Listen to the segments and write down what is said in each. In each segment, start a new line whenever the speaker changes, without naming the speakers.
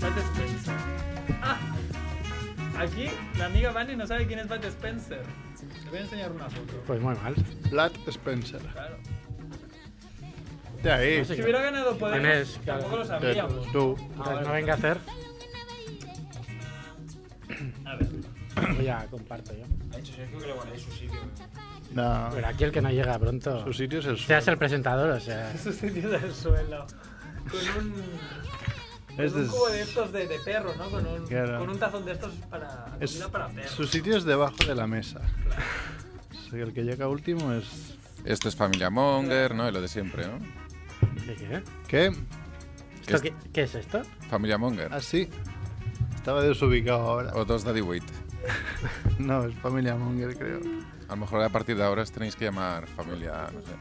Bud Spencer. Ah, aquí la amiga Vane no sabe quién es Bud Spencer. Le voy a enseñar una foto.
Pues muy mal.
Vlad Spencer.
Claro.
De ahí.
No sé
Si hubiera ganado Podemos,
¿Quién es? Claro.
tampoco lo pues.
De-
sabríamos.
tú.
Mientras no venga a hacer,
A ver.
pues ya comparto yo.
Ha dicho Sergio que le guardéis su sitio.
No.
Pero aquí el que no llega ¿eh? pronto.
Su sitio es el
Seas el
suelo.
presentador, o sea.
Eso se tira al suelo. Con un. Con
Es
un
des-
cubo de estos de, de perro, ¿no? Con un,
Claro.
con un tazón de estos para.
Es-
comida para perro.
su sitio es debajo de la mesa. Sí, el que llega último es.
Esto es Familia Monger, ¿no? Y lo de siempre, ¿no?
¿De
Pues
qué?
¿Qué?
¿Esto qué, qué es esto?
Familia Monger.
Ah, sí. Estaba desubicado ahora.
O dos Daddy Wait.
No, es Familia Monger, creo.
A lo mejor a partir de ahora os tenéis que llamar Familia, no sé.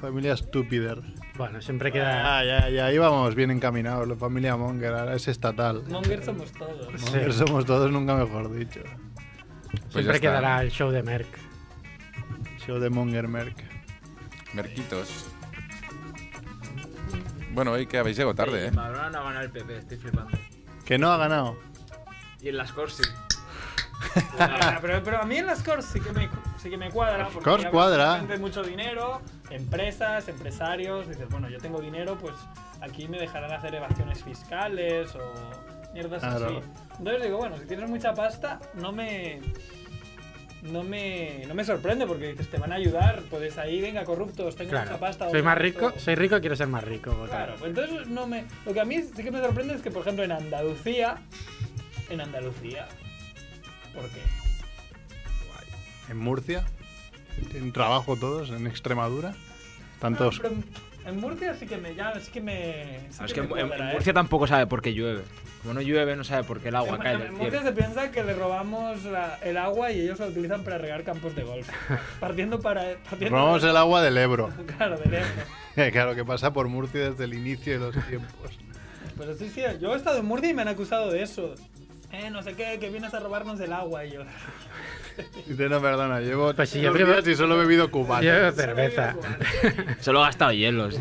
Familia Stupider.
Bueno, siempre queda.
Ah, ya, ya. Ahí vamos bien encaminados. La familia Monger ahora es estatal.
Monger somos todos.
Pues Sí.
Monger somos todos, nunca mejor dicho.
Pues ya
siempre
está.
quedará el show de Merck.
Show de Monger Merck.
Merquitos. Bueno, hoy que habéis llegado tarde, ¿eh?
Madonna no ha ganado el PP, estoy flipando.
Que no ha ganado.
Y en las Corsi.
Ah, pero, pero a mí en las cores sí que me, sí que me cuadra.
Las
porque
cores
ya ves
cuadra.
Gente de mucho dinero, empresas, empresarios. Dices, bueno, yo tengo dinero, pues aquí me dejarán hacer evasiones fiscales o mierdas así.
Claro.
Entonces digo, bueno, si tienes mucha pasta, no me. No me, no me sorprende porque dices, te van a ayudar, puedes ahí, venga, corruptos, tengo mucha
Claro.
pasta.
Soy
o
más
corrupto".
rico, soy rico, quiero ser más rico.
Claro,
votar.
pues entonces no me. Lo que a mí sí que me sorprende es que, por ejemplo, en Andalucía. En Andalucía. ¿Por qué?
En Murcia. En trabajo todos, en Extremadura.
Ah,
Tantos.
pero en- en Murcia sí que me ya, sí que me. sí
Ah, es
que
que
me
en, en-
cuadra,
en
¿eh?
Murcia tampoco sabe por qué llueve. Como no llueve, no sabe por qué el agua
En-
cae
en
del
Murcia
cielo.
se piensa que le robamos la- el agua y ellos la utilizan para regar campos de golf. partiendo para. Partiendo
Robamos el agua del Ebro. Eh,
Claro, de lejos.
claro, que pasa por Murcia desde el inicio de los tiempos.
Pues así sí, yo he estado en Murcia y me han acusado de eso. Eh, no sé qué, que vienes a robarnos el agua. Y yo.
Dice, no, perdona, llevo
Pues si
tres
yo creo-
días y solo he bebido cubano.
Yo bebo cerveza.
Solo ha gastado hielos.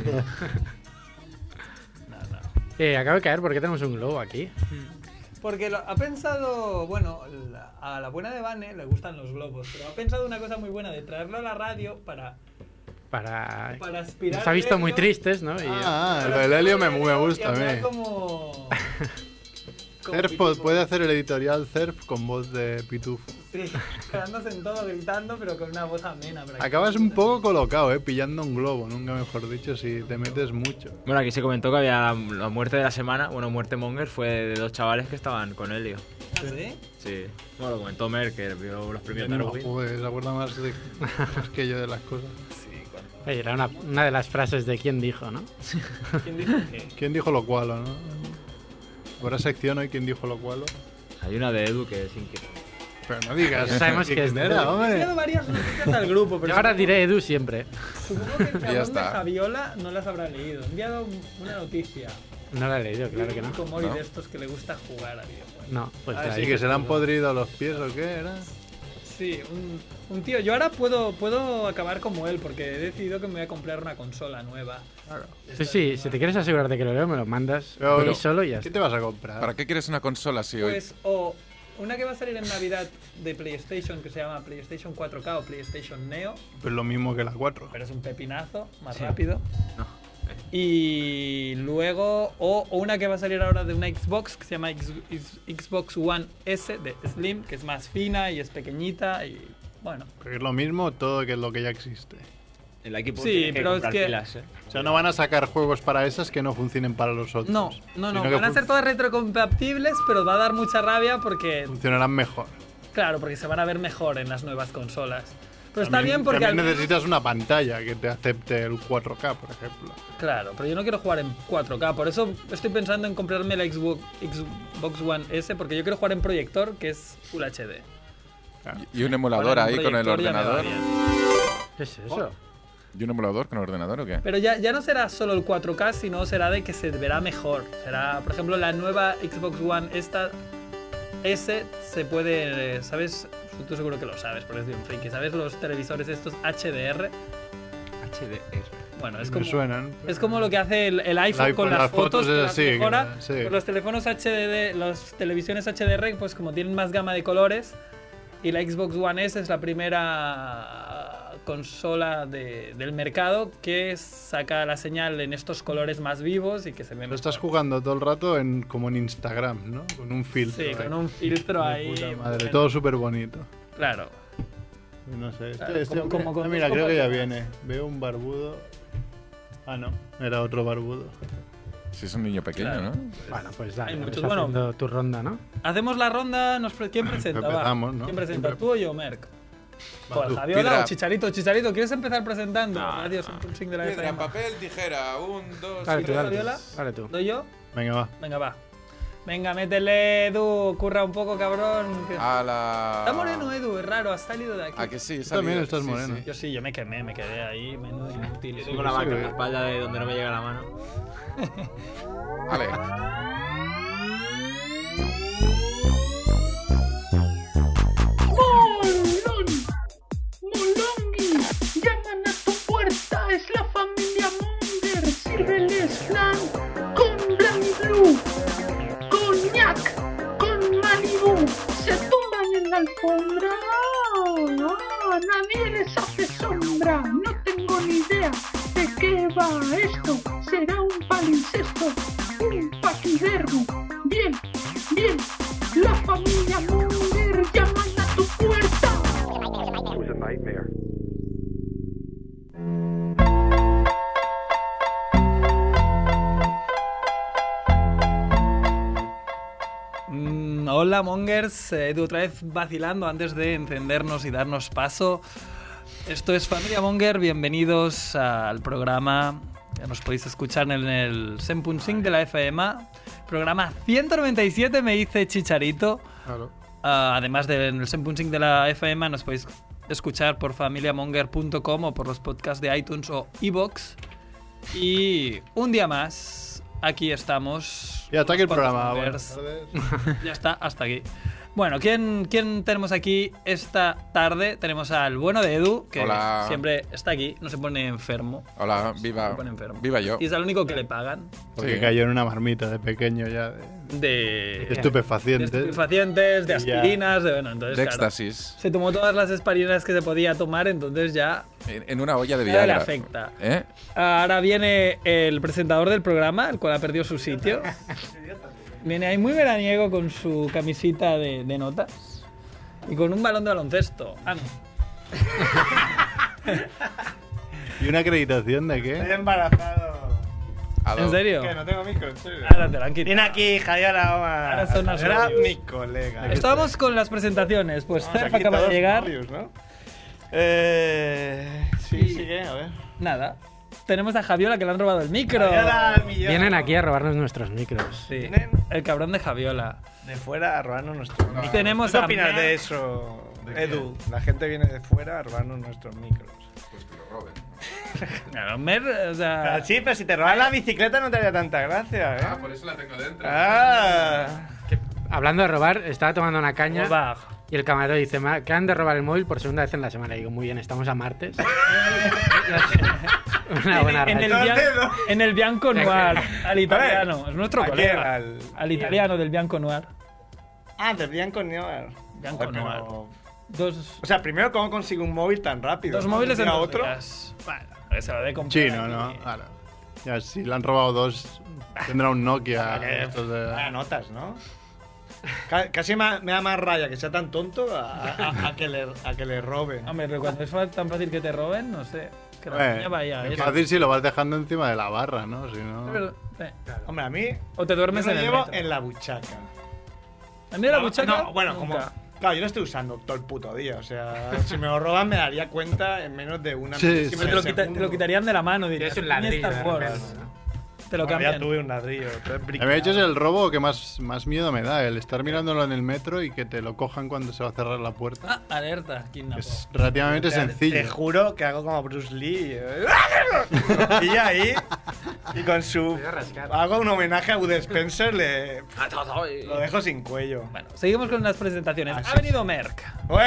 Eh, acabo de caer porque tenemos un globo aquí.
Mm. Porque lo- ha pensado, bueno, la- a la buena de Vane le gustan los globos, pero ha pensado una cosa muy buena de traerlo a la radio para,
Para.
para aspirar.
Nos ha visto muy
helio-
tristes, ¿no? Y-
Ah,
para
lo del helio me,
aspirar
me
helio y
gusta a
hablar
mí.
Como. como
Cerf po-
pitufo.
puede hacer el editorial Cerf con voz de pitufo.
Sí, quedándose en todo gritando, pero con una voz amena. para que-
Acabas un poco colocado, ¿eh? Pillando un globo, nunca mejor dicho, si te metes mucho.
Bueno, aquí se comentó que había la, la muerte de la semana, bueno, muerte monger, fue de dos chavales que estaban con Helio.
¿Ah, sí?
Sí. Bueno, lo comentó Mer, que vio los premios
No,
pues,
Darwin.
joder, se acuerda más, de, más que yo de las cosas.
Oye, Era una, una de las frases de quién dijo, ¿no?
¿Quién dijo qué?
¿Quién dijo lo cual, no? Habrá sección hoy, ¿quién dijo lo cual?
Hay una de Edu que es increíble.
Pero no digas.
Ya sabemos que es
quién
de-
era,
He
hombre.
enviado varias noticias al grupo, pero
Yo ahora diré Edu siempre.
supongo que el
Ya
cabrón de
está.
Javiola no las habrá leído. He enviado un- una noticia.
No la he leído, claro que no.
Un Mori
No.
de estos que le gusta jugar a videojuegos.
No, pues
Ah,
la
sí,
hice.
que se le han podrido los pies o qué era.
Sí, un, un tío. Yo ahora puedo, puedo acabar como él porque he decidido que me voy a comprar una consola nueva.
Sí, sí, si te quieres asegurar de que lo leo, me lo mandas.
Pero-
Voy solo y ya
¿Qué
está.
te vas a comprar?
¿Para qué quieres una consola si hoy?
Pues, o una que va a salir en Navidad de PlayStation que se llama PlayStation 4K o PlayStation Neo,
Pues lo mismo que la 4.
pero es un pepinazo, más
Sí.
rápido.
No.
Y luego, o, o una que va a salir ahora de una Xbox que se llama X- X- Xbox One S de Slim, que es más fina y es pequeñita y bueno.
Porque es lo mismo todo que lo que ya existe.
El equipo
Sí,
tiene que
pero es
comprar
que-
pilas, ¿eh?
O sea, no van a sacar juegos para esas que no funcionen para los otros.
No, no, no.
sino que
Van a
fun-
ser todas retrocompatibles, pero va a dar mucha rabia porque,
Funcionarán mejor.
claro, porque se van a ver mejor en las nuevas consolas. Pero está
También-
bien porque...
También
al menos-
necesitas una pantalla que te acepte el 4K, por ejemplo.
Claro, pero yo no quiero jugar en 4K, por eso estoy pensando en comprarme la Xbox, Xbox One S, porque yo quiero jugar en proyector, que es Full HD.
Y un emulador
Jugar en
ahí con el
proyector ya me va
ordenador.
bien.
¿Qué es eso?
¿Y un emulador con el ordenador o qué?
Pero ya, ya no será solo el 4K, sino será de que se verá mejor. Será, por ejemplo, la nueva Xbox One, esta S, se puede, eh, ¿sabes? Tú seguro que lo sabes, por decir un friki. ¿Sabes los televisores estos HDR?
HDR.
Bueno, es
Me
como,
suenan.
es como lo que hace el, el iPhone,
iPhone,
con las,
las
fotos,
fotos
que
es
las
así,
mejora.
sí.
Pues Los teléfonos HDD, las televisiones HDR, pues como tienen más gama de colores, y la Xbox One S es la primera consola de- del mercado que saca la señal en estos colores más vivos y que se ven
Lo estás jugando todo el rato en, como en Instagram, ¿no? Con un filtro. eh.
Sí,
ahí.
con un filtro
De
ahí.
puta madre,
bueno,
todo súper bonito.
Claro.
No sé, este,
Claro,
este
como-
hombre-
como con
ah, mira,
dos
creo que ya
copas de
viene. Veo un barbudo. Ah, no, era otro barbudo.
Si es un niño pequeño,
Claro.
¿no?
Bueno, pues dale,
Hay
ves
muchos, bueno.
haciendo tu ronda, ¿no?
Hacemos la ronda. Nos pre- ¿Quién presenta? Va.
Empezamos, ¿no?
¿Quién presenta?
Siempre-
¿Tú o yo, Merck?
Va,
Joder,
tú.
Javiola
Piedra.
o Chicharito. Chicharito, ¿quieres empezar presentando? Adiós, un ching de la
Piedra,
FM.
papel, tijera. Un, dos,
Dale tú,
tres.
dale tú.
Viola?
Dale tú.
¿Doy yo?
Venga, va.
Venga, va. Venga, métele, Edu. Curra un poco, cabrón. que-
A la...
Está moreno, Edu. Es raro. Has salido de aquí.
¿A que sí? He
Tú también
salido,
estás
sí,
moreno.
sí.
Yo sí, yo me quemé. Me quedé ahí. Menudo inútil.
Estoy con la
sí,
vaca en la
eh.
espalda de donde no me llega la mano.
Vale.
¡Molón! ¡Molongi! ¡Llaman a tu puerta! ¡Es la familia Munger! ¡Sírveles flan con Blanc Blue! ¡Coñac! ¡Con Malibu! ¡Se tumban en la alfombra! ¡Ah! ¡Nadie les hace sombra! ¡No tengo ni idea de qué va esto! ¡Será un palincesto! ¡Un paquidermo! ¡Bien! ¡Bien! ¡La familia Munger llaman a tu puerta!
Mm, hola, Mongers. Eh, Edu, otra vez vacilando antes de encendernos y darnos paso. Esto es Familia Monger. Bienvenidos al programa. Ya nos podéis escuchar en el 100.5 de la FM. Programa 197, me dice Chicharito.
Claro.
Ah, además del 100.5 de la FM, nos podéis escuchar por familiamonger.com o por los podcasts de iTunes o iBox. Y un día más, aquí estamos.
Y hasta aquí el
Unos cuantos
programa. ah,
mongers.
Buenas tardes.
Ya está, hasta aquí. Bueno, ¿quién, ¿quién tenemos aquí esta tarde? Tenemos al bueno de Edu, que
Hola.
siempre está aquí, no se pone enfermo.
Hola, viva.
Se pone enfermo.
Viva yo.
Y es el único que le pagan
Porque
Sí.
cayó en una marmita de pequeño ya. de-
de, de
Estupefaciente.
estupefacientes, de
Y ya.
aspirinas, de bueno, entonces
De
claro,
éxtasis.
se tomó todas las aspirinas que se podía tomar, entonces ya
En, en una olla de
Nada le
Viagra.
afecta.
¿Eh?
Ahora viene el presentador del programa, el cual ha perdido su sitio. Viene ahí muy veraniego con su camisita de, de notas y con un balón de baloncesto. Ah, no.
¿Y una acreditación de qué?
embarazado.
Ado-
¿En serio?
Que no tengo micro, en serio.
Ahora te la han quitado.
Ven aquí, Javiola
Ahora
Omar.
son los
Ah, Era
novios.
mi colega.
Estábamos con las presentaciones, pues
Vamos,
Cerf
aquí
acaba de
todos
llegar.
novios, ¿no? Eh. Sí, sigue, a ver.
Nada. Tenemos a Javiola que le han robado el micro.
Javiola al millón.
Vienen aquí a robarnos nuestros micros.
Sí,
Vienen.
el cabrón de Javiola.
De fuera a robarnos nuestros micros.
tenemos
Ah, ¿Qué
a
opinas
Mer-
de eso, Edu? La gente viene de fuera a robarnos nuestros micros.
Claro, Mer, o sea,
Ah, sí, pero si te roban la bicicleta no te haría tanta gracia, ¿eh?
por eso la tengo dentro.
Ah.
Hablando de robar, estaba tomando una
como
caña
va.
y el camarero dice, "Me acaban de robar el móvil por segunda vez en la semana. Y digo, muy bien, estamos a martes. una buena
en, el
racha.
bian-
dedos.
en el Bianco Noir, al italiano. Es nuestro
¿a
colega.
quién? Al- Eh,
Al italiano del Bianco Noir.
Ah, del Bianco Noir.
Bianco
Joder, pero-
Noir. Dos,
O sea, primero, ¿cómo consigo un móvil tan rápido?
Dos móviles en
a
dos
otro.
días. Bueno, que se lo de comprar.
Chino, ¿no?
aquí.
Claro. Ya, si le han robado dos, tendrá un Nokia.
Vale,
estos de-
vaya Ah, notas, ¿no? Ca- Casi me, me da más raya que sea tan tonto a, a- a que, le, a que le roben.
Hombre, pero cuando es fa- tan fácil que te roben, no sé. Que la
Bueno,
niña vaya.
Eh, es
eso.
fácil si lo vas dejando encima de la barra, ¿no? Si no...
Pero, eh,
Hombre, a mí
O te
yo
duermes
lo
en el
llevo
metro.
en la buchaca.
A mí de la
No,
buchaca.
No, bueno, como...
nunca.
Claro, yo lo estoy usando todo el puto día. O sea, si me lo roban me daría cuenta en menos de una
Sí,
milésima
sí.
Pero
de
te lo, quita- te
segundo.
lo quitarían de la mano, dirías.
Es un
"Ni
ladrillo.
Star
de
Wars".
repente, ¿no?
Te lo
Bueno,
cambian.
Ya tuve un ladrillo. todo
A mí, de hecho, es
briqueado.
el robo que más, más miedo me da, el estar mirándolo en el metro y que te lo cojan cuando se va a cerrar la puerta.
Ah, alerta, kidnapo.
Es relativamente
O sea, Te
sencillo.
juro que hago como Bruce Lee. eh, Y yo ahí. Y con su.
Voy a rascar.
Hago un homenaje a Wood Spencer, le, lo
Lo
dejo Ah, sin cuello.
Bueno, seguimos con las presentaciones.
Ah,
ha
sí,
venido Merck.
¡Bueno!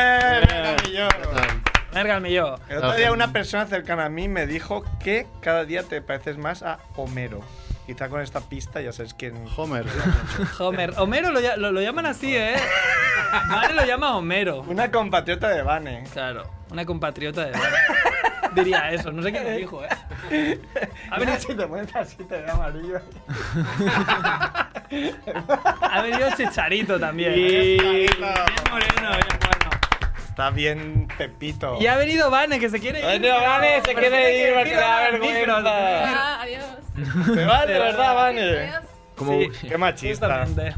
Merga al millón.
El otro día una persona cercana a mí me dijo que cada día te pareces más a Homero. Quizá con esta pista ya sabes quién.
Homer.
Homer. Homero lo, ll- lo- lo llaman así, ¿eh? Vale, lo llama Homero.
Una compatriota de Vane.
Claro, una compatriota de Diría eso, no sé quién lo dijo, ¿eh? Ha venido,
si te pones así te ve amarillo.
ha venido Chicharito también.
Y-
¿eh? Bien moreno, bien bueno.
Está bien Pepito.
Y ha venido Vane, que se quiere ir.
Ha venido Vane, se
Pero
quiere
tiene que
ir, porque le da
decirlo al micro,
vergüenza.
tiene
Ah, adiós.
Te va, de verdad, Vane.
Adiós.
Como
Sí.
Qué
que ir.
machista.
Justamente.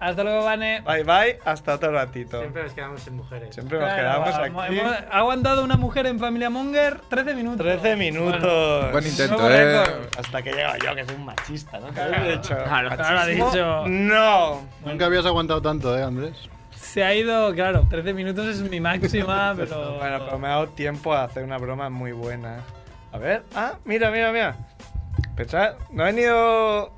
Hasta luego, Vane.
Bye bye, hasta otro ratito.
Siempre nos quedamos sin mujeres.
Siempre nos
Claro,
quedamos
vamos,
aquí.
hemos- Ha aguantado una mujer en Familia Monger 13 minutos.
13 minutos.
Buen intento,
Nuevo
¿eh?
récord.
Hasta que llega yo, que soy un machista, ¿no? ¿Qué he dicho?
Claro,
Claro, ha
¿Machismo?
dicho.
No.
Nunca habías aguantado tanto, ¿eh, Andrés?
Se ha ido, claro, 13 minutos es mi máxima, pero.
Bueno, pero me ha dado tiempo a hacer una broma muy buena. A ver. Ah, mira, mira, mira. Pensad, no ha venido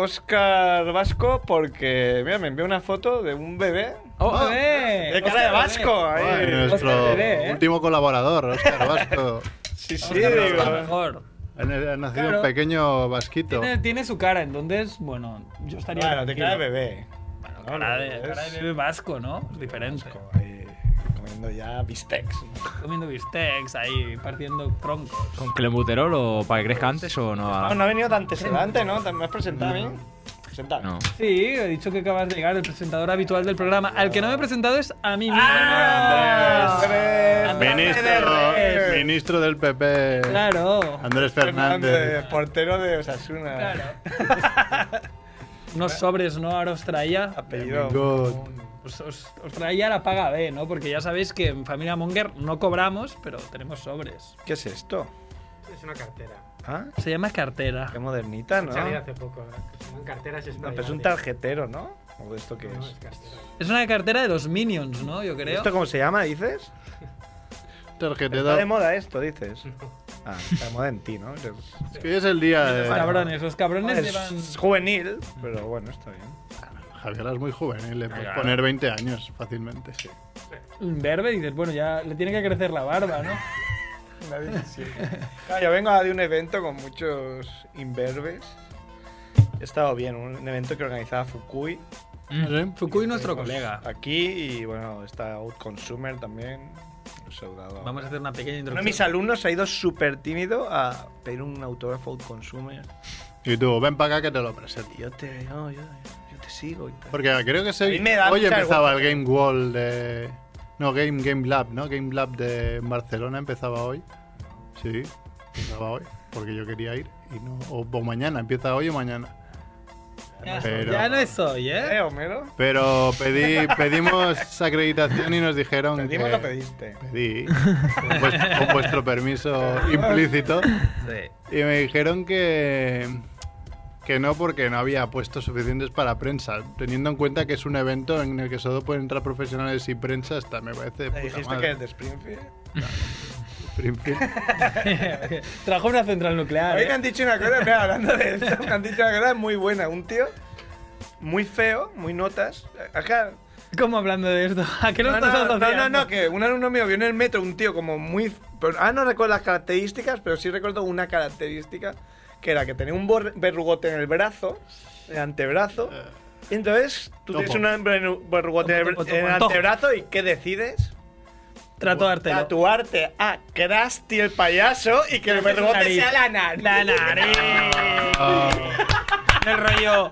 Oscar Vasco porque, mira, me envió una foto de un bebé. Ah,
¡Oh, eh!
De cara de Vasco.
Ay,
Ahí.
nuestro
Bebé, ¿eh?
último colaborador, Oscar Vasco.
Sí, sí,
Oscar Bebé está
digo.
mejor.
Ha na- ha nacido
Claro.
un pequeño vasquito.
Tiene, tiene su cara, entonces, bueno, yo estaría.
Bueno, de cara de
tranquilo.
bebé.
Bueno, cara de, cara de bebé vasco, ¿no? Es diferente.
Ahí, comiendo ya bistecs.
Comiendo bistecs ahí, partiendo troncos.
¿Con clenbuterol o para que crezca antes o no?
Ah, No, no ha venido tan antecedente, ¿no? ¿Te- ¿Me has presentado a mí? Presentado.
No.
Sí, he dicho que acabas de llegar el presentador habitual del programa. Al que no me he presentado es a mí mismo.
Ah,
Ah.
Andrés.
Andrés
Ministro,
Fernández.
ministro del PP.
Claro.
Andrés
Fernández,
Fernández.
portero de Osasuna.
Claro. Unos sobres, ¿no? Ahora os traía.
Apellido.
Good.
Os, os- os traía la paga B, ¿no? Porque ya sabéis que en Familia Monger no cobramos, pero tenemos sobres.
¿Qué es esto?
Es una cartera.
¿Ah?
Se llama cartera.
Qué modernita, ¿no?
Salió hace poco. ¿verdad? Que se llaman carteras y es
No,
una
pero es un
llave.
tarjetero, ¿no? ¿O esto qué
No, es
es?
cartera.
Es una cartera de los Minions, ¿no? Yo creo.
¿Esto cómo se llama, dices? Está de
Tarjetero.
moda esto, dices. Ah, está de moda en ti, ¿no? Es,
Es que hoy es el día
Los
de.
cabrones, los cabrones llevan.
Pues, es juvenil, pero bueno, está bien.
Javier es muy joven, le puedes poner 20 años fácilmente.
Verbe y dices, bueno, ya le tiene que crecer la barba, ¿no?
Nadie sí. Claro, Ah, yo vengo de un evento con muchos imberbes. He estado bien, un evento que organizaba Fukui.
Mm, Fukui, nuestro
Estuvimos
colega.
Aquí y bueno, está Outconsumer también. Un Saludado.
Vamos a hacer una pequeña
Uno de
introducción.
mis alumnos ha ido súper tímido a pedir un autógrafo a Outconsumer.
Y tú, ven para acá que te lo presento.
Y yo te, no, yo, yo te sigo y tal.
Porque creo que
A
se...
mí me da
hoy
mucha
empezaba el Game Wall de. No, Game, Game Lab, ¿no? Game Lab de Barcelona empezaba hoy. Sí, empezaba hoy. Porque yo quería ir. Y no... o, o mañana, empieza hoy o mañana.
Ya,
Pero-
ya no es hoy,
¿Eh,
¿eh?
Homero?
Pero pedí, pedimos acreditación y nos dijeron
Pedimos
que...
lo pediste.
Pedí, con, vues- con vuestro permiso implícito.
Sí.
Y me dijeron que... Que no, porque no había puestos suficientes para prensa. Teniendo en cuenta que es un evento en el que solo pueden entrar profesionales y prensa, hasta me parece... de
¿Le
puta
dijiste
madre.
que eres de Springfield?
Springfield.
Trajo una central
A
nuclear.
mí me
¿eh?
han dicho una cosa, mira, hablando de esto, me han dicho una cosa muy buena. Un tío muy feo, muy notas. Ajá.
¿Cómo hablando de esto? ¿A qué lo
No,
estás
no, no,
asociando?
no, no, que un alumno mío vio en el metro un tío como muy... pero- ah, no recuerdo las características, pero sí recuerdo una característica que era que tenía un bor- verrugote en el brazo, en el antebrazo.
Eh.
Y entonces tú
Topo.
tienes un ver- verrugote en el-
Topo, topo,
en el
topo.
antebrazo y ¿qué decides?
Trato de arte.
Tatuarte a Krusty el payaso y que el verrugote sea la nariz.
La nariz.
Ah.
El rollo.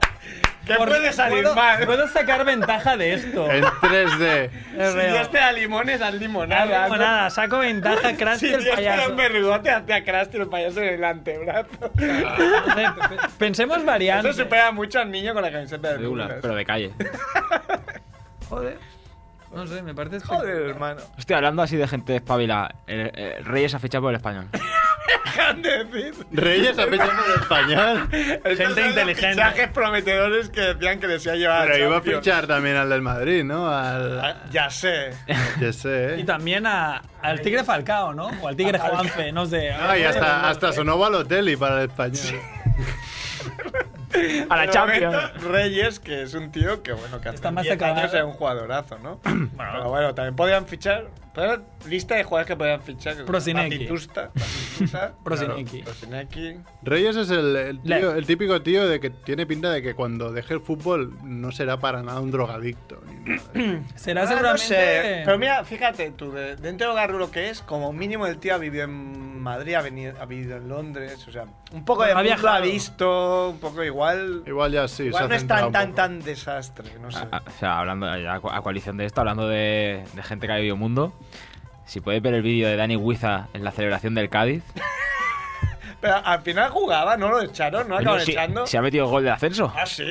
¿Qué
por-
puede salir
puedo-
mal?
Puedo sacar ventaja de esto.
En 3D.
El
Si este
rollo,
Dios te da limones, haz limonada.
nada, este nada, saco ventaja, crash
Si
el
Dios te da
payaso.
un verrugote, hazte a Krusty el payaso en el antebrazo.
O sea, pe- pe- Pensemos
Eso
variantes.
supera mucho al niño con la camiseta de
De Douglas,
Douglas.
pero de calle.
Joder. No sé, me parece.
Joder, hermano.
Estoy hablando así de gente espabilada. El, el Reyes ha fichado por el español.
Dejan de decir.
Reyes ha fichado por español.
Estos son los
inteligente.
Fichajes prometedores que decían que les iba a llevar.
Pero
a
iba a
Champions.
fichar también al del espanyol, ¿no? Al. ¿eh?
Ah, Ya sé.
Ya
Eh. Y
sé.
también a- al Tigre Falcao, ¿no? O al Tigre Juanfe, no sé.
Ah, y hasta, hasta sonó Balotelli para el español.
A la
De
Champions.
momento, Reyes, que es un tío que, bueno, que hace
Está más
10
acabado.
años era un jugadorazo, ¿no? Pero bueno, también podían fichar. pero lista de jugadores que podían fichar.
Prosinecki.
Batistuta. Batistuta,
Prosinecki.
claro, Prosinecki.
Reyes es el, el tío-
Le-
el típico tío de que tiene pinta de que cuando deje el fútbol no será para nada un drogadicto. ni nada.
Será
Ah,
seguramente.
No sé. Pero mira, fíjate tú, de- dentro de lo garrulo que es, como mínimo el tío ha vivido en Madrid, ha, venido, ha vivido en Londres, o sea, un poco de
Ha
mundo
viajado.
ha visto, un poco igual.
Igual ya sí. se ha
Igual no es
centrado
tan,
un
tan,
poco. Ah.
tan desastre, no sé.
A- a- Ah, o sea, hablando ya a, co- a coalición de esto, hablando de, de gente que ha vivido mundo. Si podéis ver el vídeo de Dani Huiza en la celebración del Cádiz.
Pero al final jugaba, no lo echaron, no lo
Coño,
acabaron
si-
echando.
se ha metido gol de ascenso.
¿Ah, sí?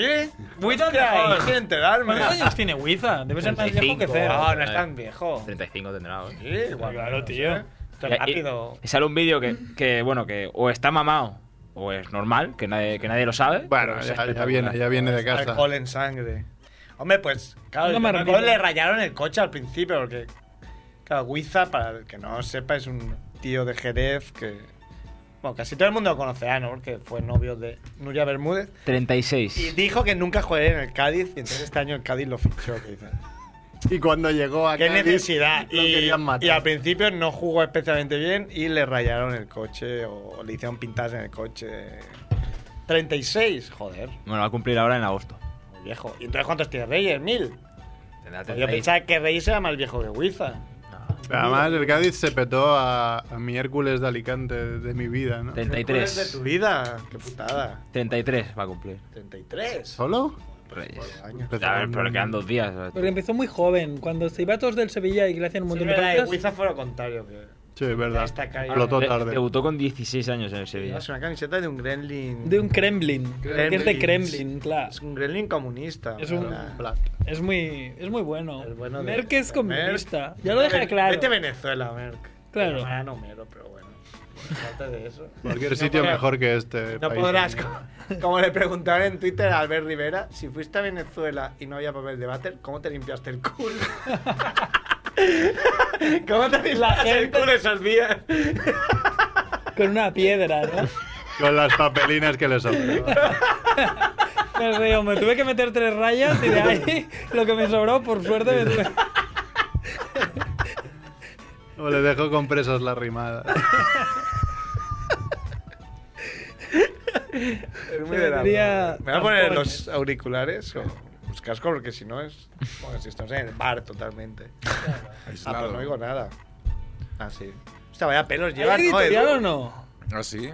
Muy
Hostia,
tan mejor.
sin enterarme.
¿Cuántos años tiene Wiza? Debe ser más viejo que
35.
cero.
No, no es tan viejo.
35 tendrá. ¿eh?
Sí, igual,
Claro,
no sé.
tío.
Esto es
Y- y-
rápido.
y sale un vídeo que, que, bueno, que o está mamado o es normal, que nadie, que nadie lo sabe.
Bueno,
pero es
ya, ya
espectacular.
viene, ya viene de casa.
Alcohol en sangre. Hombre, pues, claro,
No me
yo creo que
repito.
le rayaron el coche al principio, porque, claro, Guiza, para el que no sepa, es un tío de Jerez que, bueno, casi todo el mundo lo conocerá, ¿no? Porque fue novio de Nuria Bermúdez. Y
36.
dijo que nunca jugaría en el Cádiz, y entonces este año el Cádiz lo fichó, que dicen.
Y cuando llegó a
Qué
Cádiz,
necesidad.
lo
Y,
querían matar.
y al principio no jugó especialmente bien y le rayaron el coche o le hicieron pintas en el coche. 36, joder,
Bueno, va a cumplir ahora en agosto.
muy viejo. ¿Y entonces cuántos tiene Reyes? ¿Mil?
Tendrá
Pues yo
36.
pensaba que Reyes era más viejo que Wiza.
Además, el Cádiz se petó a, a mi Hércules de Alicante de, de mi vida, ¿no?
¿Cuál es de
33.
tu vida? Qué putada.
33 va a cumplir.
33.
¿Solo?
Reyes.
Año.
A ver, pero le quedan dos días.
Porque empezó muy joven. Cuando se iba a todos del Sevilla y que le hacían un
Sí,
montón de
verdad, y
partidos.
Wiza fue lo contrario. Que...
Sí, es verdad.
Está caído.
Explotó
De-
tarde.
Debutó con 16 años en el Sevilla.
Es una camiseta de un gremlin.
De un Kremlin.
Kremlin.
Que es de Kremlin, claro.
Es un gremlin comunista.
Es un-
¿verdad?
Plat.
Es muy, es muy bueno.
El bueno de-
Merck es
de
comunista.
Merck.
Ya lo
Vete-
deja claro.
Vete a Venezuela, Merck.
Claro.
Te llamarán Homero, pero bueno. Aparte de eso.
Cualquier
No
sitio
podrás-
mejor que este.
No
país.
podrás, como, como le preguntaron en Twitter a Albert Rivera, si fuiste a Venezuela y no había papel de váter, ¿cómo te limpiaste el culo? ¿Cómo te limpiaste el culo esos días?
Con una piedra, ¿no?
Con las papelinas que le sobran.
Me río, me tuve que meter tres rayas y de ahí lo que me sobró, por suerte, me tuve.
O le dejo compresas la rimada.
Es
Se
muy de la-
vendría
¿Me voy a poner
tampón.
los auriculares o los cascos? Porque si no es... Bueno, si estamos en el bar totalmente. Ah,
Aislado.
pues no digo nada. Ah, sí. Hostia, vaya pelos llevas,
¿Hay
¿no,
editorial
Edu?
o no?
¿Ah, sí?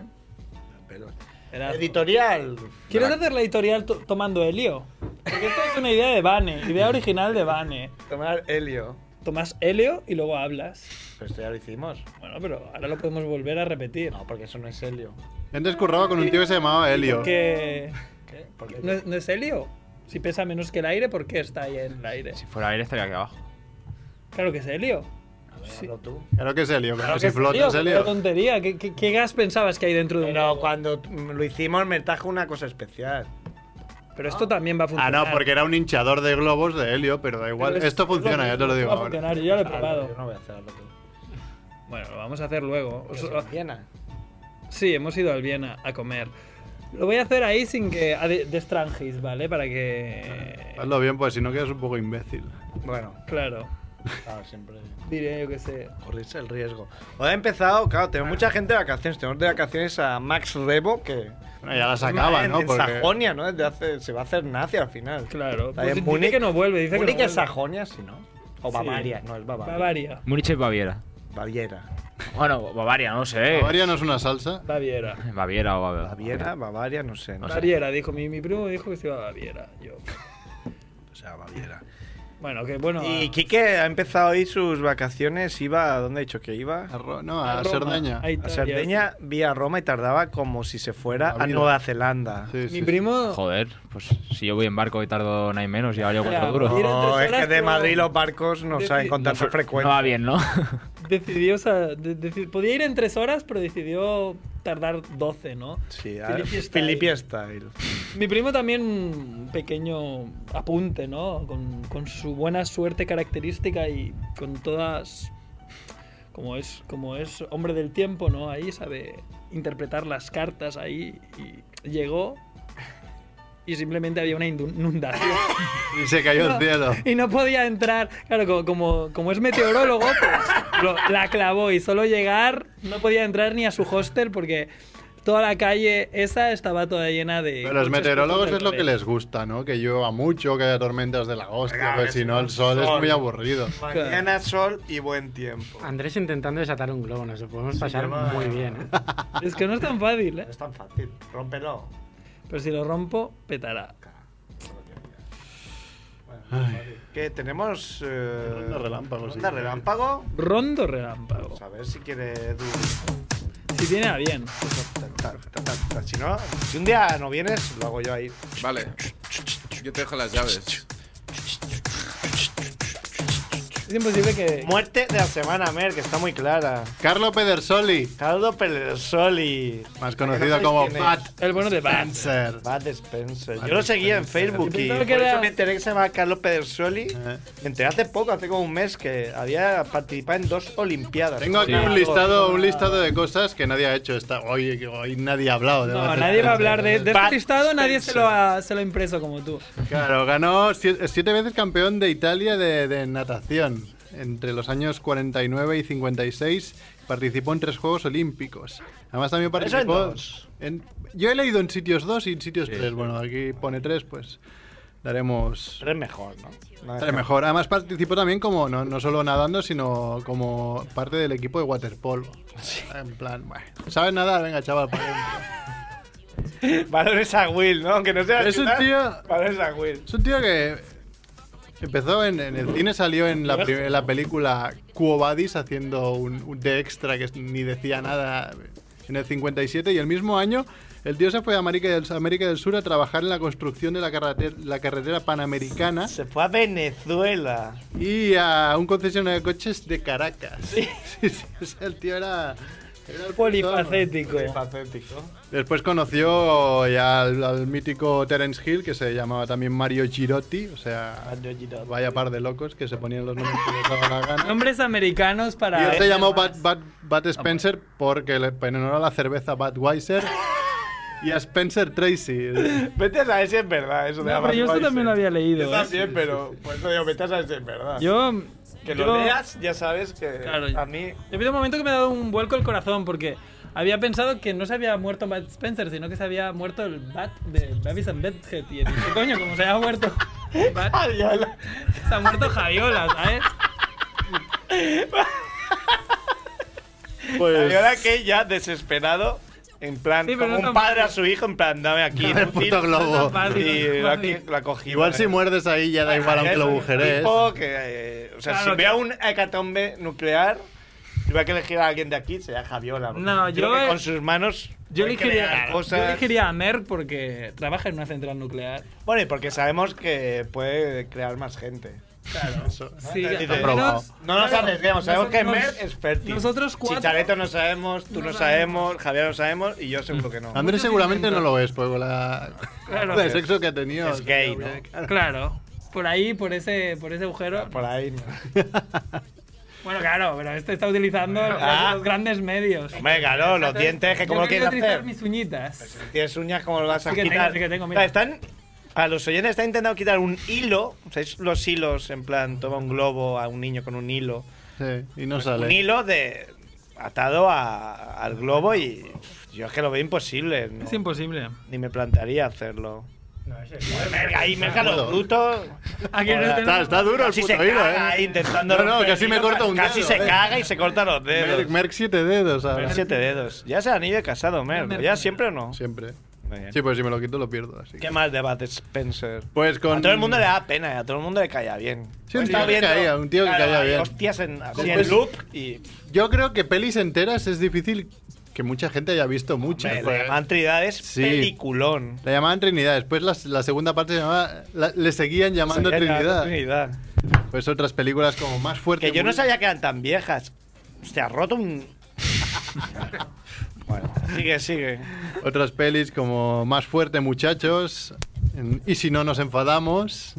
Pelos.
Era-
Editorial.
¿Quieres hacer la editorial to- tomando helio? Porque esto es una idea de Vane, idea original de Vane.
Tomar helio.
Tomas helio y luego hablas.
Pero esto ya lo hicimos.
Bueno, pero ahora lo podemos volver a repetir.
No, porque eso no es helio.
Antes curraba con un tío que se llamaba Helio.
Porque
¿Qué? Porque
¿No, es- no es helio? Si pesa menos que el aire, ¿por qué está ahí en el aire?
Si fuera aire estaría aquí abajo.
Claro que es helio. sí.
Hablo tú.
Claro que es Helio, claro,
Claro
que si
es
flota es
helio,
Helio.
Qué tontería. ¿Qué, qué, qué gas pensabas que hay dentro de un
Pero cuando lo hicimos me trajo una cosa especial.
Pero esto también va a
Ah,
funcionar.
no, porque era un hinchador de globos de Helio, pero da igual.
Pero es-
Esto
es lo
funciona, ya
mismo,
te lo digo
Va a
ahora.
funcionar, yo ya lo he
Ah, no, yo
probado.
no voy a hacer hablo tú.
Bueno, lo vamos a hacer luego. Os-
Eso es Viena.
Sí, hemos ido al Viena a comer. Lo voy a hacer ahí sin que a de- destrangéis, ¿vale? Para que...
Hazlo bien, pues si no quedas un poco imbécil.
Bueno,
Claro.
claro, siempre
Diré yo que sé.
correrse el riesgo. Hoy ha empezado, claro, tenemos mucha gente de vacaciones. Tenemos de vacaciones a Max Rebo, que
Bueno, ya la sacaba,
en,
¿no?
en Sajonia, ¿no? Desde hace, se va a hacer nazi al final.
Claro.
Está
Pues
en
dice
Múnich.
que no vuelve, dice que
Múnich
no
es
vuelve.
Sajonia, si no. O
Sí.
Bavaria, no, es Bavaria.
Bavaria.
Múnich es Baviera.
Baviera.
Bueno, Bavaria, no sé.
Bavaria no es una salsa.
Baviera.
Baviera o Baviera.
Baviera, Bavaria, no sé. No sé.
Baviera, dijo. Mi, mi primo dijo que se iba a Baviera. Yo.
O sea, Baviera.
Bueno, que bueno.
Y
a-
Quique ha empezado hoy sus vacaciones, iba, ¿a dónde ha dicho que iba?
A Ro- no, a,
Roma,
Cerdeña.
a Italia.
A Cerdeña vía Roma y tardaba como si se fuera
La
a
vida.
Nueva Zelanda.
Sí, sí,
Mi
sí.
primo.
Joder, pues si yo voy en barco y tardo nada y menos, ya valía
Mira,
cuatro duros.
mira,
No,
Eran tres
es que
horas,
de
pero-
Madrid los barcos no
Deci-
saben con tanta
No va
frecuencia.
bien, ¿no?
Decidió, o sea, de- deci- podía ir en tres horas, pero decidió tardar 12, ¿no?
Sí, a-
Filippi Style.
Filippi Style.
Mi primo también un pequeño apunte, ¿no? Con, con su buena suerte característica y con todas... Como es, como es hombre del tiempo, ¿no? Ahí sabe interpretar las cartas ahí y llegó y simplemente había una indu- inundación.
Y se cayó el cielo.
Y no podía entrar. Claro, co- como, como es meteorólogo, pues lo- la clavó y solo llegar no podía entrar ni a su hostel porque toda la calle esa estaba toda llena de.
Pero los
coches
meteorólogos
puestos
es lo que
alrededor.
les gusta, ¿no? Que llueva mucho, que haya tormentas de la hostia,
Claro,
porque
que
si
si
no el sol es muy aburrido.
Mañana sol y buen tiempo.
Andrés intentando desatar un globo, nos lo podemos
Sí,
pasar
lleva-
muy bien. ¿eh?
Es que no es tan fácil, ¿eh?
No es tan fácil. Rómpelo.
Pero si lo rompo, petará.
¿Qué tenemos? Eh,
Ronda relámpago, sí.
Ronda relámpago.
Rondo relámpago.
Pues a ver si quiere Edu.
Si tiene a bien.
Ta, ta, ta, ta. Si no, si un día no vienes, lo hago yo ahí.
Vale. Yo te dejo las llaves.
Es imposible que.
Muerte de la semana, Mer, que está muy clara.
Carlo Pedersoli,
Caldo Pedersoli.
más
¿Qué
conocido
sabes
como
quién es?
Pat
El bueno de Vance.
Spencer.
Bad Spencer.
Bud
Yo lo seguía en
Spencer.
Facebook y
Yo pensaba
por
que era-
eso me enteré que se llamaba Carlos Pedersoli.
Eh.
Me enteré hace poco, hace como un mes, que había participado en dos Olimpiadas.
Tengo aquí
Sí.
un listado,
Ah.
un listado de cosas que nadie ha hecho. Esta, hoy, hoy nadie ha hablado de
No,
Bud
nadie va
Spencer.
a hablar de, de este
Bud
listado, nadie se
Spencer.
lo ha, se lo ha impreso como tú.
Claro, ganó sie- siete, veces campeón de Italia de, de natación entre los años 49 y 56. Participó en tres Juegos Olímpicos. Además también
Pero eso en
participó...
dos.
en- yo he leído en sitios dos y en sitios tres. Bueno, aquí pone tres, pues daremos...
Tres mejor, ¿no? No,
daré mejor. Además participó también como, no, no solo nadando, sino como parte del equipo de waterpolo. En plan, bueno, ¿sabes nadar? Venga, chaval, para adentro.
Valores a Will, ¿no? Aunque no sea
Es un
ciudad,
tío-
Valores a Will.
Es un tío que empezó en, en el cine, salió en la, prim- en la película Quo Vadis haciendo un, un de extra que ni decía nada en el 57 y el mismo año el tío se fue a América del, América del Sur a trabajar en la construcción de la, carrete- la carretera panamericana
Se fue a Venezuela.
y a un concesionario de coches de Caracas. Sí, sí, o sea, el tío era... era el
Polifacético.
Patético.
Después conoció ya al, al mítico Terence Hill, que se llamaba también Mario Girotti, o sea, Vaya par de locos que se ponían los nombres que les daba la gana.
Nombres americanos
Y
para.
él se llamó Bat, Bat, Bat Spencer porque le penó la cerveza Budweiser y a Spencer Tracy.
Vete a saber si es verdad eso de
No, pero yo esto
Budweiser.
también lo había leído.
Yo
¿eh?
también, pero por eso digo, vete a saber si es verdad.
Yo.
que
yo-
lo leas, ya sabes que
Claro.
a mí
He habido un momento que me ha dado un vuelco el corazón porque había pensado que no se había muerto Matt Spencer, sino que se había muerto el Bat de Babys and Bedhead. Y he dicho, coño, como se ha muerto. Bat,
Javiola.
se ha muerto Javiola, ¿sabes?
Y
Pues
ahora que ya desesperado, en plan,
Sí, pero
como
no tan-
un padre a su hijo, en plan, dame aquí.
Dame el
inútil.
puto globo.
Fácil,
Y
fácil.
aquí la cogí.
igual
vale.
si muerdes ahí ya da igual aunque lo
Es un
agujerees.
tipo que, eh, o sea,
Claro
si
que-
vea un hecatombe nuclear, si tuviera que elegir a alguien de aquí, sería Javiola. porque
No,
creo
yo-
que con sus manos.
Yo
puede
elegiría,
crear
yo
cosas.
elegiría a Merck porque trabaja en una central nuclear.
Bueno, y porque sabemos que puede crear más gente.
Eso.
Sí,
Dice,
al
aprobado.
No nos
claro,
arriesguemos, sabemos
nos-
que
nos-
Mer es fértil.
Nosotros cuatro.
Chichareto no sabemos, tú no, sabemos, Javier no sabemos y yo seguro que no.
Andrés seguramente no lo es, pues con la...
Claro.
el sexo que ha tenido.
Es gay, ¿no?
Claro. Por ahí, por ese, por ese agujero.
Por ahí. no.
Bueno, claro, pero este está utilizando
Ah.
los grandes medios.
Hombre, claro, los dientes, que
Yo
¿cómo lo
quería
quieres
utilizar
hacer?
mis uñas.
Tienes uñas, ¿cómo lo vas a
Sí que tengo,
quitar?
sí que tengo, mira.
Están, a los oyentes están intentando quitar un hilo. ¿Sabéis los hilos? En plan, toma un globo a un niño con un hilo.
Sí, y no
Un
sale.
hilo de atado a- al globo y pff, yo es que lo veo imposible. ¿no?
Es imposible.
Ni me plantearía hacerlo. Merga, ahí, merga,
Puedo.
lo bruto.
Aquí no
Hola.
tenemos-
Está, está duro el
Casi se
puto hilo,
caga ahí
¿eh?
intentando
No, no,
romper el
casi me
hilo,
corta un
Casi
dedo,
se
eh.
caga y se corta los dedos.
Merck, Merck siete dedos, ahora.
Merck siete dedos. Ya es el anillo de casado, Merck.
Merck.
¿Ya siempre o no?
Siempre.
Muy bien.
Sí, pues si me lo quito lo pierdo. Así. que-
¿Qué más de Bud Spencer?
Pues con...
A todo el mundo le da pena, a todo el mundo le caía bien.
Sí, un
He estado
tío que
viendo-
caía, un tío que caía
hay
bien. pues
Hostias en, así
Como
en
es-
loop y. pff,
Yo creo que pelis enteras es difícil que mucha gente haya visto muchas.
me-
porque-
Le llaman Trinidad es
Sí.
peliculón.
La llamaban Trinidad, después la, la segunda parte se llamaba, la- le seguían llamando
Sabía que era
Trinidad.
Trinidad.
Pues otras películas como más fuerte.
Que yo no
muy-
sabía que eran tan viejas. Se ha roto un. bueno, sigue, sigue.
Otras pelis como Más fuerte muchachos, en- Y si no nos enfadamos,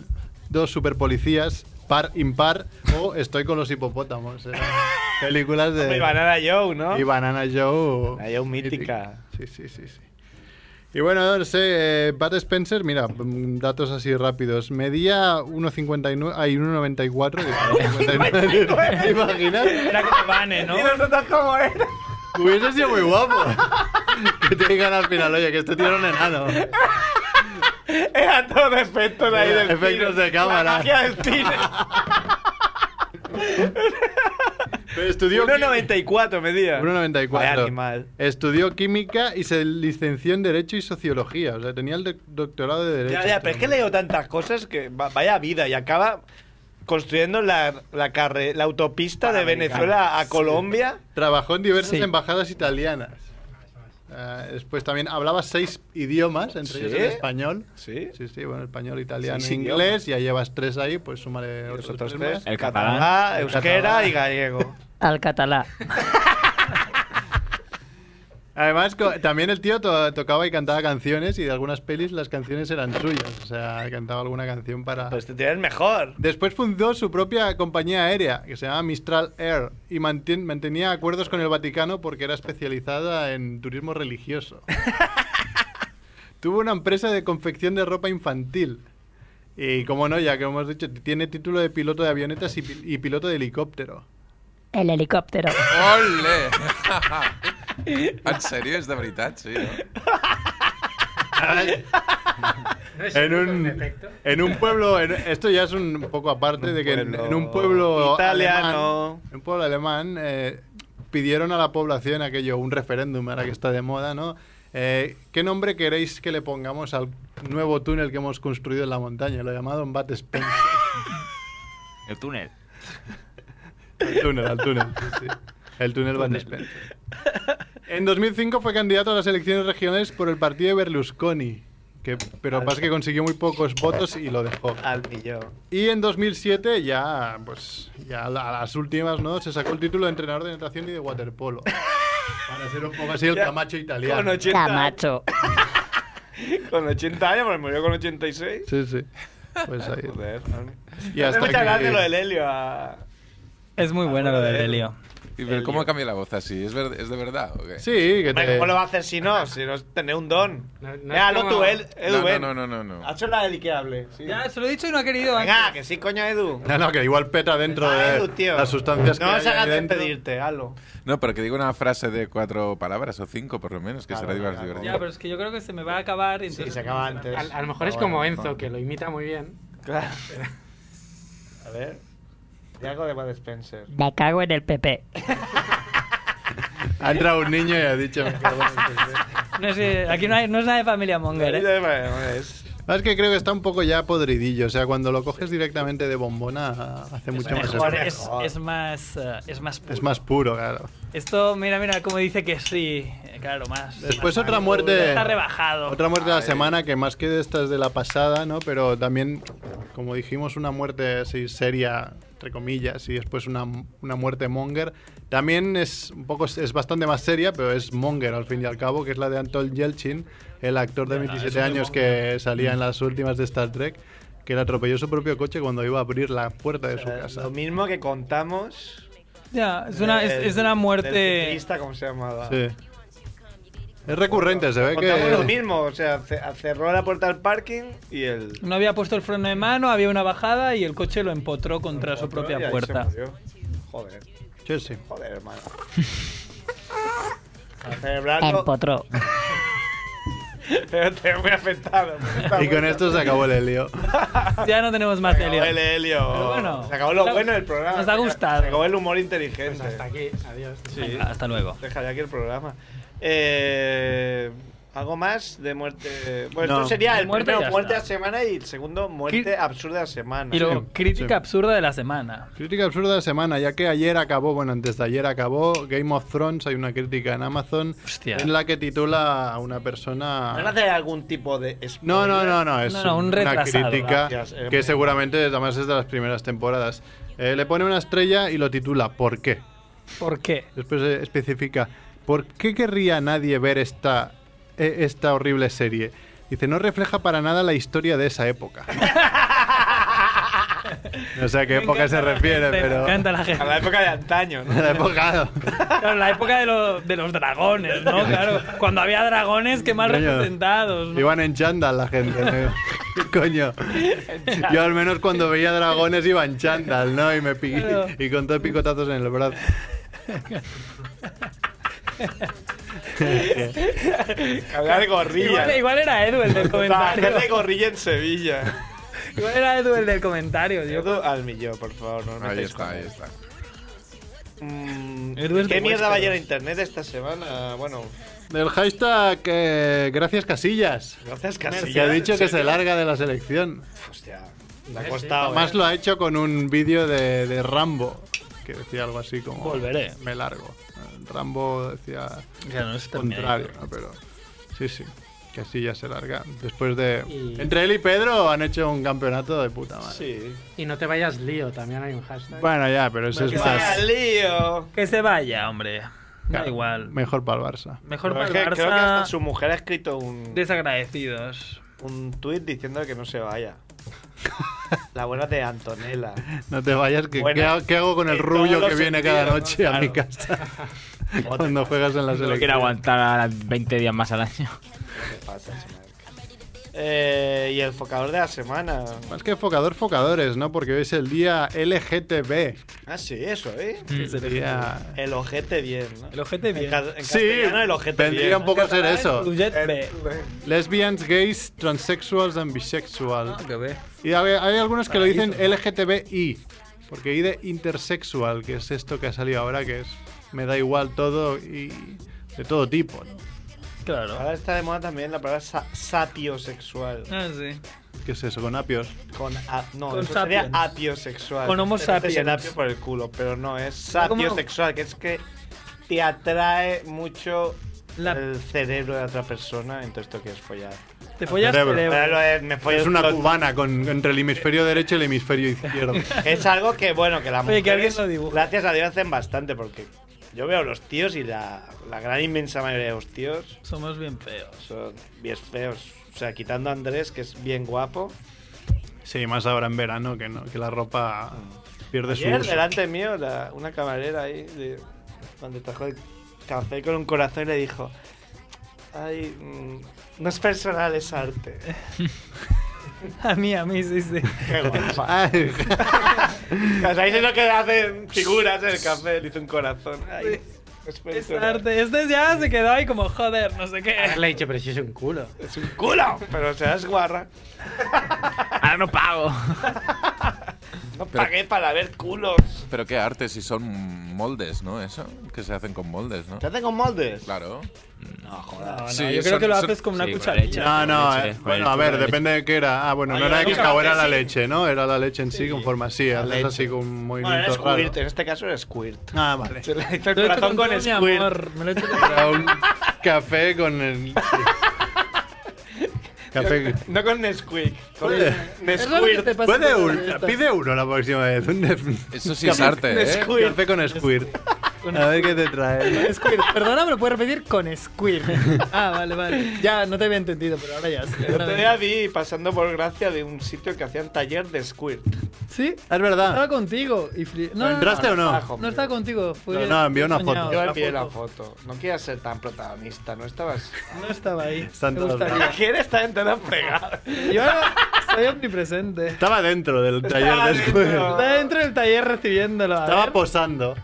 Dos superpolicías, Par impar o Estoy con los hipopótamos. Eran películas de...
Y Banana Joe, ¿no?
y Banana Joe.
Banana Joe mítica.
Sí, sí, sí, sí. Y bueno, no sé, eh, Pat Spencer, mira, mm, datos así rápidos. Medía 1,59, ay, 1,94. digo, 1,59. ¿Te imaginas?
Era como Vane, ¿no?
¿Y nosotros cómo era?
Hubiese sido muy guapo. que te digan al final, oye, que este tío era un enano.
Era todo efectos ahí del
Efectos
cine.
de cámara.
La magia del cine.
Pero estudió... qui-
1,94 medía.
1,94.
Vaya animal.
Estudió química y se licenció en Derecho y Sociología. O sea, tenía el doc- doctorado de Derecho.
Ya, ya, pero es que he leído tantas cosas que va- vaya vida y acaba construyendo la, la, carre- la autopista de Venezuela a Colombia.
Trabajó en diversas
Sí.
embajadas italianas. Ah, después también hablaba seis idiomas, entre
¿Sí?
ellos el español.
¿Sí?
Sí, sí, bueno, español, italiano,
Seis
inglés. Ya llevas tres ahí, pues súmale
Los
otros,
otros
tres
tres.
más.
El
catalán,
catalán.
euskera
catalán.
y gallego.
Al catalá.
Además, co- también el tío to- tocaba y cantaba canciones y de algunas pelis las canciones eran suyas. O sea, cantaba alguna canción para...
Pues este tío es el mejor.
Después fundó su propia compañía aérea, que se llama Mistral Air, y mantien- mantenía acuerdos con el Vaticano porque era especializada en turismo religioso. Tuvo una empresa de confección de ropa infantil. Y como no, ya que hemos dicho, tiene título de piloto de avionetas y, pil- y piloto de helicóptero.
El helicòptero.
Ole! en sèrio, és de veritat, sí. No?
En un, en un pueblo, en- esto ya es un poco aparte de que en,
pueblo
en un pueblo
italiano.
alemán- en un pueblo alemán eh, pidieron a la población aquello, un referéndum, ahora que está de moda, ¿no? Eh, ¿Qué nombre queréis que le pongamos al nuevo túnel que hemos construido en la montaña? Lo he llamado Bat Spencer.
El túnel.
El túnel, al túnel. sí, sí. El túnel Bat Spencer. En 2005 fue candidato a las elecciones regionales por el partido de Berlusconi, que, pero pasa que consiguió muy pocos votos y lo dejó.
Al millón.
Y en 2007 ya, pues, ya a la- a las últimas, ¿no? Se sacó el título de entrenador de natación y de waterpolo. Para ser un poco así el
Ya,
Camacho
Con
italiano.
80,
Camacho.
con 80 años, porque murió con 86.
Sí, sí. Pues ahí.
Joder, Dani.
Y
Hace
hasta
mucha
aquí-
gracia lo del helio a...
Es muy bueno lo de Delio.
I però com ha canviat la voz así? ¿Es, ver es de verdad o qué?
Sí, que
Hombre,
te...
¿Cómo lo va a hacer si no? Si no es tener un don.
No-
No,
no
ya,
es
lo
como-
tú, Ed- Edu,
no,
ven.
no, no, no, no.
Ha hecho la del que hable. sí.
Ya, se lo he dicho y no ha querido.
Venga,
antes.
que sí, coño, Edu.
No, no, que igual peta dentro
Ah,
de
Edu, tío.
las sustancias que
No
hay
se hagas
ahí dentro.
despedirte, halo.
No, pero que diga una frase de cuatro palabras o cinco, por lo menos, que
Claro,
será
claro.
divertido.
Ya, pero es que yo creo que se me va a acabar. y
Sí,
entonces-
se acaba antes.
A, a lo mejor es como Enzo, que lo imita muy bien.
Claro. A ver. Y algo de Bad Spencer.
Me cago en el PP.
Ha entrado un niño y ha dicho... "Me cago en el PP".
No es, eh, aquí no, hay, no es nada de familia Monger, ¿eh?
Es-
Ah, Es que creo que está un poco ya podridillo. O sea, cuando lo coges directamente de bombona hace mucho más...
Mejor, es, es más, eh, es más puro.
Es más puro, claro.
Esto, mira, mira cómo dice que sí. Eh, Claro, más.
Después
más
otra
maduro,
muerte-
ya Está rebajado.
Otra muerte de la semana que más que de estas de la pasada, ¿no? Pero también, como dijimos, una muerte así seria, entre comillas, y después una, una muerte monger. También es un poco es bastante más seria, pero es monger al fin y al cabo, que es la de Anton Yelchin, el actor de 27 años que
Mm.
salía en las últimas de Star Trek, que le atropelló su propio coche cuando iba a abrir la puerta de su casa.
Lo mismo que contamos.
Ya, es una, es,
del-
es una
del
muerte.
ciclista, ¿cómo se llamaba?
Sí. Es recurrente, se ve
Contamos lo
que
mismo, o sea, ce- cerró la puerta al parking y el.
No había puesto el freno de mano, había una bajada y el coche lo empotró contra su
y ahí
propia
se
puerta.
murió. Joder,
Sí, sí.
joder, hermano. A celebrarlo.
Empotró.
Pero te muy afectado.
Y con esto se acabó el lío.
Ya no tenemos más
se acabó el
Delio.
helio.
Pero bueno,
se acabó lo
nos-
bueno del programa.
nos ha gustado.
Se acabó el humor inteligente.
Pues hasta aquí, adiós.
Sí.
Hasta luego.
Dejaré aquí el programa. Eh, ¿Algo más de muerte? Bueno,
No.
esto sería el
Muerte
primero
ya
muerte de la
está.
semana y el segundo muerte
¿Qué?
absurda de la semana.
Y luego,
Sí,
crítica
sí.
absurda de la semana.
Crítica absurda de la semana, ya que ayer acabó, bueno, antes de ayer acabó Game of Thrones, hay una crítica en Amazon
Hostia.
en la que titula a una
¿No van a
persona...
hacer algún tipo de spoiler?
Ah. No, no, no, no, es
No, no, un
una
retrasado.
crítica
Gracias, eh,
que seguramente además es de las primeras temporadas. Eh, le pone una estrella y lo titula ¿Por qué?
¿Por qué?
Después eh, especifica, ¿por qué querría nadie ver esta, eh, esta horrible serie? Dice, no refleja para nada la historia de esa época. No sé a qué época se refiere, pero.
Me encanta la gente.
A la época de antaño, ¿no?
La época.
Claro, la época de, lo- de los dragones, ¿no? Claro, cuando había dragones, qué mal
Coño.
representados. ¿no?
Iban en chándal la gente, ¿no? Coño. Yo al menos cuando veía dragones iba en chándal, ¿no? Y me pi-
Claro.
y con dos picotazos en el brazo.
Hablar de gorrilla.
Igual, igual era Edu el del comentario.
Hablar de gorrilla en Sevilla.
Igual era Edu el del comentario, tío.
Yo al millón, por favor, no os
Ahí
metáis
está,
con-
ahí está.
Mm,
Edu es de
¿Qué
Huesca,
mierda va a llegar a
¿no?
internet esta semana? Bueno,
Del hashtag eh, Gracias Casillas.
gracias
Que ha
Casillas.
dicho que
¿En
se
serio?
larga de la selección.
Hostia, le ha costado.
Además
¿eh?
lo ha hecho con un vídeo de, de Rambo, que decía algo así como...
Volveré.
Me largo. Rambo decía
Ya no es
contrario, ¿no? pero... Sí, sí. Que así ya se larga. Después de...
Y-
Entre él y Pedro han hecho un campeonato de puta madre.
Sí.
Y no te vayas lío, también hay un hashtag.
Bueno, ya, pero eso es
que
más...
¡Ah, lío!
Que se vaya, hombre. Da
Claro,
igual.
Mejor para el Barça.
Mejor para
Pero es
el
que creo que hasta
Barça,
su mujer ha escrito un,
desagradecidos.
un tuit diciendo que no se vaya. La buena de Antonella.
No te vayas, que
Bueno,
¿qué, hago- qué hago con el
en
rubio
todos
que
los
viene cada
sentidos,
noche a mi casa? cuando juegas en la
No quiero
selección.
aguantar a 20 días más al año.
¿Qué pasa, Simarca? Eh, y el focador de la semana.
Más que focador, focadores, ¿no? Porque hoy es el día LGTB.
Ah, sí, eso, ¿eh?
Mm. Día-
El ojete bien, ¿no?
El ojete
En,
bien.
ca- en
Sí,
castellano, el ojete
vendría
bien.
un poco a ser eso.
Tujet B.
Lesbians, gays, transexuals and bisexual.
Ah, que ve.
Y hay, hay algunos que lo dicen LGTBI, porque I de intersexual, que es esto que ha salido ahora, que es me da igual todo y de todo tipo. ¿no?
Claro.
Ahora está de moda también la palabra sa- satiosexual.
Ah, sí.
¿Qué es eso? Con apios.
Con a- no,
Con
eso sería
sapiens.
apiosexual.
Con homo
Te
Este
metes el
sapiens.
apio por el culo, pero no, es
¿Cómo?
sapiosexual, que es que te atrae mucho
La-
el cerebro de otra persona, entonces tú quieres follar.
Te follas
Cerebro. eh,
cerebro.
Pero lo de- me follo
Es una
lo-
cubana con, entre el hemisferio derecho y el hemisferio izquierdo.
Es algo que, bueno, que la
Oye,
mujeres,
que alguien lo dibuje.
gracias a Dios, hacen bastante, porque yo veo a los tíos y la, la gran inmensa mayoría de los tíos
Somos bien feos.
son bien feos. O sea, quitando a Andrés, que es bien guapo.
Sí, más ahora en verano que no, que la ropa pierde su
Ayer,
uso.
delante mío, la- una camarera ahí, de, donde trajo el café con un corazón y le dijo: Ay, mm, no es personal, es arte.
A mí, a mí, sí, sí.
Qué guapa.
Ay,
O sea, eso es lo que hacen figuras en el café, le hizo un corazón. Ay, no es
Es
personal.
arte. Este ya se quedó ahí como, joder, no sé qué.
Ahora Le he dicho, pero si es un culo.
Es un culo, pero o sea, es guarra.
Ahora no pago.
No pagué para ver culos.
Pero qué arte, si son moldes, ¿no? Eso, que se hacen con moldes, ¿no?
¿Te hacen con moldes?
Claro.
No, joder.
No, no,
Sí,
yo creo
son-
que lo
son-
haces con una
sí, con
cucharilla.
No, no,
Leche,
eh,
con
bueno,
el
a ver,
churro de
depende de qué era. Ah, bueno, no
Ay,
era
no,
cacao, era la
sí.
leche, ¿no? Era la leche en sí, conforme así, haces
leche.
así con un
Bueno, era
movimiento raro.
squirt, en este caso era squirt.
Ah, vale.
Se le hizo el
Lo he hecho
corazón
todo
con
mi
squirt.
amor. Me lo he hecho con-
Era un café con el... Café...
No con Nesquik, con
Oye,
Nesquirt.
Puede un- pide uno la próxima vez. un nef-
Eso sí es arte, ¿eh?
Squirt.
Café con squirt. A ver qué te trae.
Squirt. Perdona, ¿me lo puedes repetir? Con Squirt. Ah, vale, vale. Ya, no te había entendido, pero ahora ya. sí,
El
ahora
otro
ya.
día vi pasando por gracia de un sitio que hacían taller de squirt.
¿Sí?
Es verdad.
Estaba contigo y fli- No,
¿Lo
no,
entraste o no?
Ajo,
No estaba contigo. Fue
No, no, envió una
soñado,
foto.
Yo
la
envié la
foto.
foto. No quieras ser tan protagonista, no estabas.
No estaba ahí.
Están
Me
todos
gustaría.
lados.
¿Quién está en tan fregado?
Yo ahora soy omnipresente.
Estaba dentro del
Estaba
taller de squirt.
dentro.
Está dentro del taller recibiéndolo. a
Estaba
ver.
posando.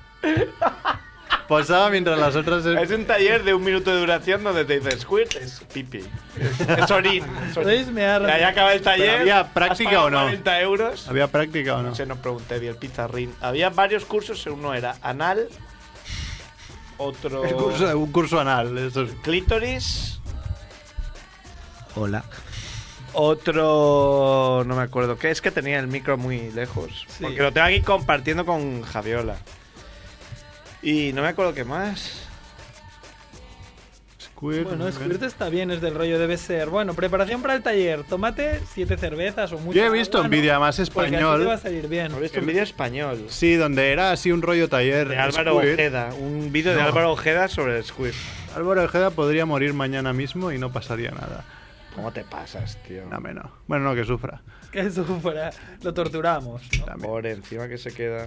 Posaba mientras las otras.
Es un taller de un minuto de duración donde te dicen squirt es pipi. Es, es orín. es orín.
Podéis mear.
Y ahí acaba el taller.
¿había
has
práctica
pagado
o no?
40 euros.
¿Había práctica o no?
No sé, no pregunté bien el pizarrín. Había varios cursos, uno era anal, otro
Un curso, un curso anal. Eso es.
clítoris,
Hola.
otro no me acuerdo qué, es que tenía el micro muy lejos,
Sí.
porque lo tengo aquí compartiendo con Javiola. Y no me acuerdo qué más.
Squirt,
Bueno,
¿no?
Squirt está bien, es del rollo, debe ser. Bueno, preparación para el taller. Tómate siete cervezas o mucho.
Yo he visto un vídeo más
Te va a
español.
salir bien.
He visto un vídeo español
Sí, donde era así un rollo taller.
de Álvaro
squirt.
Ojeda, un vídeo de Álvaro Ojeda sobre el squirt.
Álvaro Ojeda podría morir mañana mismo y no pasaría nada.
¿Cómo te pasas, tío?
No, hombre, no. Bueno, no, que sufra.
Que sufra. Lo torturamos. ¿no?
También.
Pobre, encima que se queda.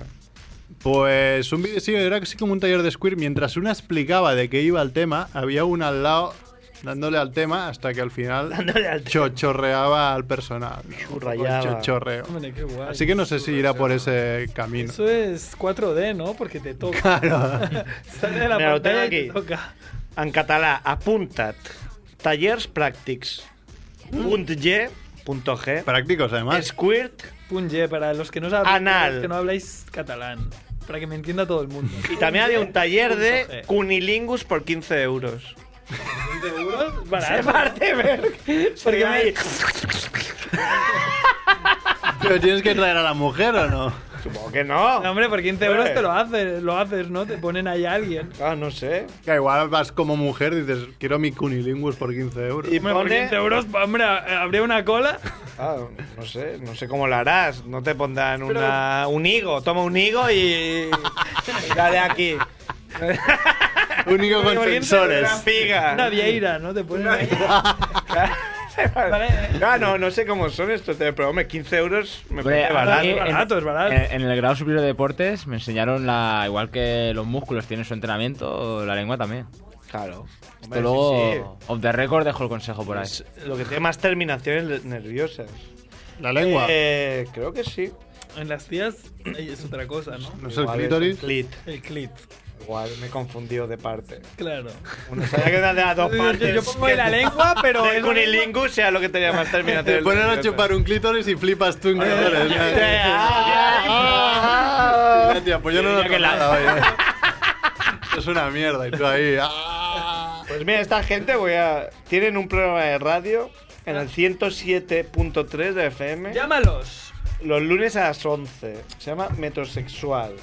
Pues un vídeo, sí, era así como un taller de Square. Mientras una explicaba de qué iba el tema, había una al lado dándole al tema hasta que al final
Dándole al
chochorreaba al personal.
Churrayaba.
Chochorreo.
Hombre, qué guay.
Así que no sé si irá por ese camino.
Eso es 4D, ¿no? Porque te toca.
Claro.
Sale de la
Mira, lo
pantalla
tengo
y te
aquí.
toca.
En català, apunta't. Tallers pràctics.
Mm.
Punt G, punto G.
Prácticos, además.
Squirt
Punye, para los que no sabéis,
Anal.
los que no habláis catalán. Para que me entienda todo el mundo.
Y también había un taller
Punto
de
G.
cunilingus por 15 euros.
¿De euros?
Se
Barato.
parte, ver.
Porque me-
Pero tienes que traer a la mujer o no.
Supongo que no.
No, hombre, por 15 euros te lo haces, lo haces, ¿no? Te ponen ahí a alguien.
Ah, no sé.
Que igual vas como mujer y dices, quiero mi cunilingus por 15 euros.
Y
Hombre, por
pone-
15 euros, hombre, habría una cola.
Ah, no sé, no sé cómo lo harás. No te pondrán una, un higo. Toma un higo y, y dale aquí.
Único con
Porque alguien te
sensores.
Una piga.
Una vieira, ¿no? Te ponen ahí. Vale.
Ah, no, no sé cómo son estos, pero hombre, 15 euros me
Hombre,
parece
a
barato. Eh,
mí en-
barato, ah, eh, es barato.
En, en el grado superior de deportes me enseñaron la igual que los músculos tienen su entrenamiento, la lengua también.
Claro.
Esto luego, off the record, dejo el consejo por ahí.
Lo que tiene más terminaciones le- nerviosas.
La lengua.
Eh, creo que sí.
En las tías ahí es otra cosa, ¿no?
No sé, el
Igual es
clítoris.
un clit.
El clit,
Igual me he confundido de parte.
claro.
Uno sabía que era de las dos
Yo- yo-
partes.
yo pongo la lengua, pero
El
es-
cunilingus sea lo que tenía más terminaciones.
Te ponen a
nerviosas.
chupar un clítoris y flipas tú en clítoris.
Ah,
Ah, Ya, tía, pues yo no lo
Tenía que
he
la-
nada, oye. Esto Es una mierda y tú ahí. ah.
Pues mira, esta gente voy a. Tienen un programa de radio en el 107.3 de FM
Llámalos.
los lunes a las 11. Se llama Metrosexual.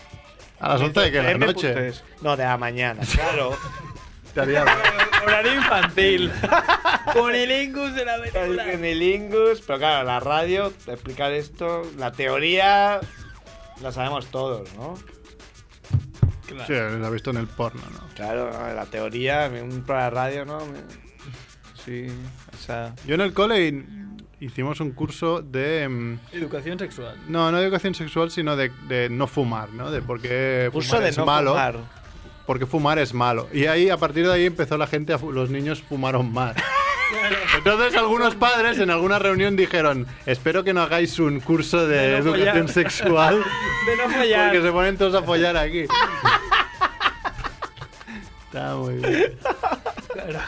A las 11 de que la
FM.es.
noche.
No, de la mañana, claro.
Te haría-
Horario infantil. Cunilingus de la
el
película.
Cunilingus, pero claro, la radio, explicar esto, la teoría, la sabemos todos, ¿no?
Claro.
Sí, lo he visto en el porno, ¿no?
Claro, no, la teoría, un programa de radio, ¿no? Sí, o sea.
Yo en el cole in- hicimos un curso de. mm,
Educación sexual.
No, no de educación sexual, sino de, de no fumar, ¿no? De por qué
Curso
fumar
de
es
no
malo.
fumar.
Porque fumar es malo. Y ahí, a partir de ahí, empezó la gente, a fu- los niños fumaron más. Entonces, algunos padres en alguna reunión dijeron: Espero que no hagáis un curso de
De no follar.
educación sexual.
De no fallar.
Porque se ponen todos a follar aquí. Está muy bien.
Claro.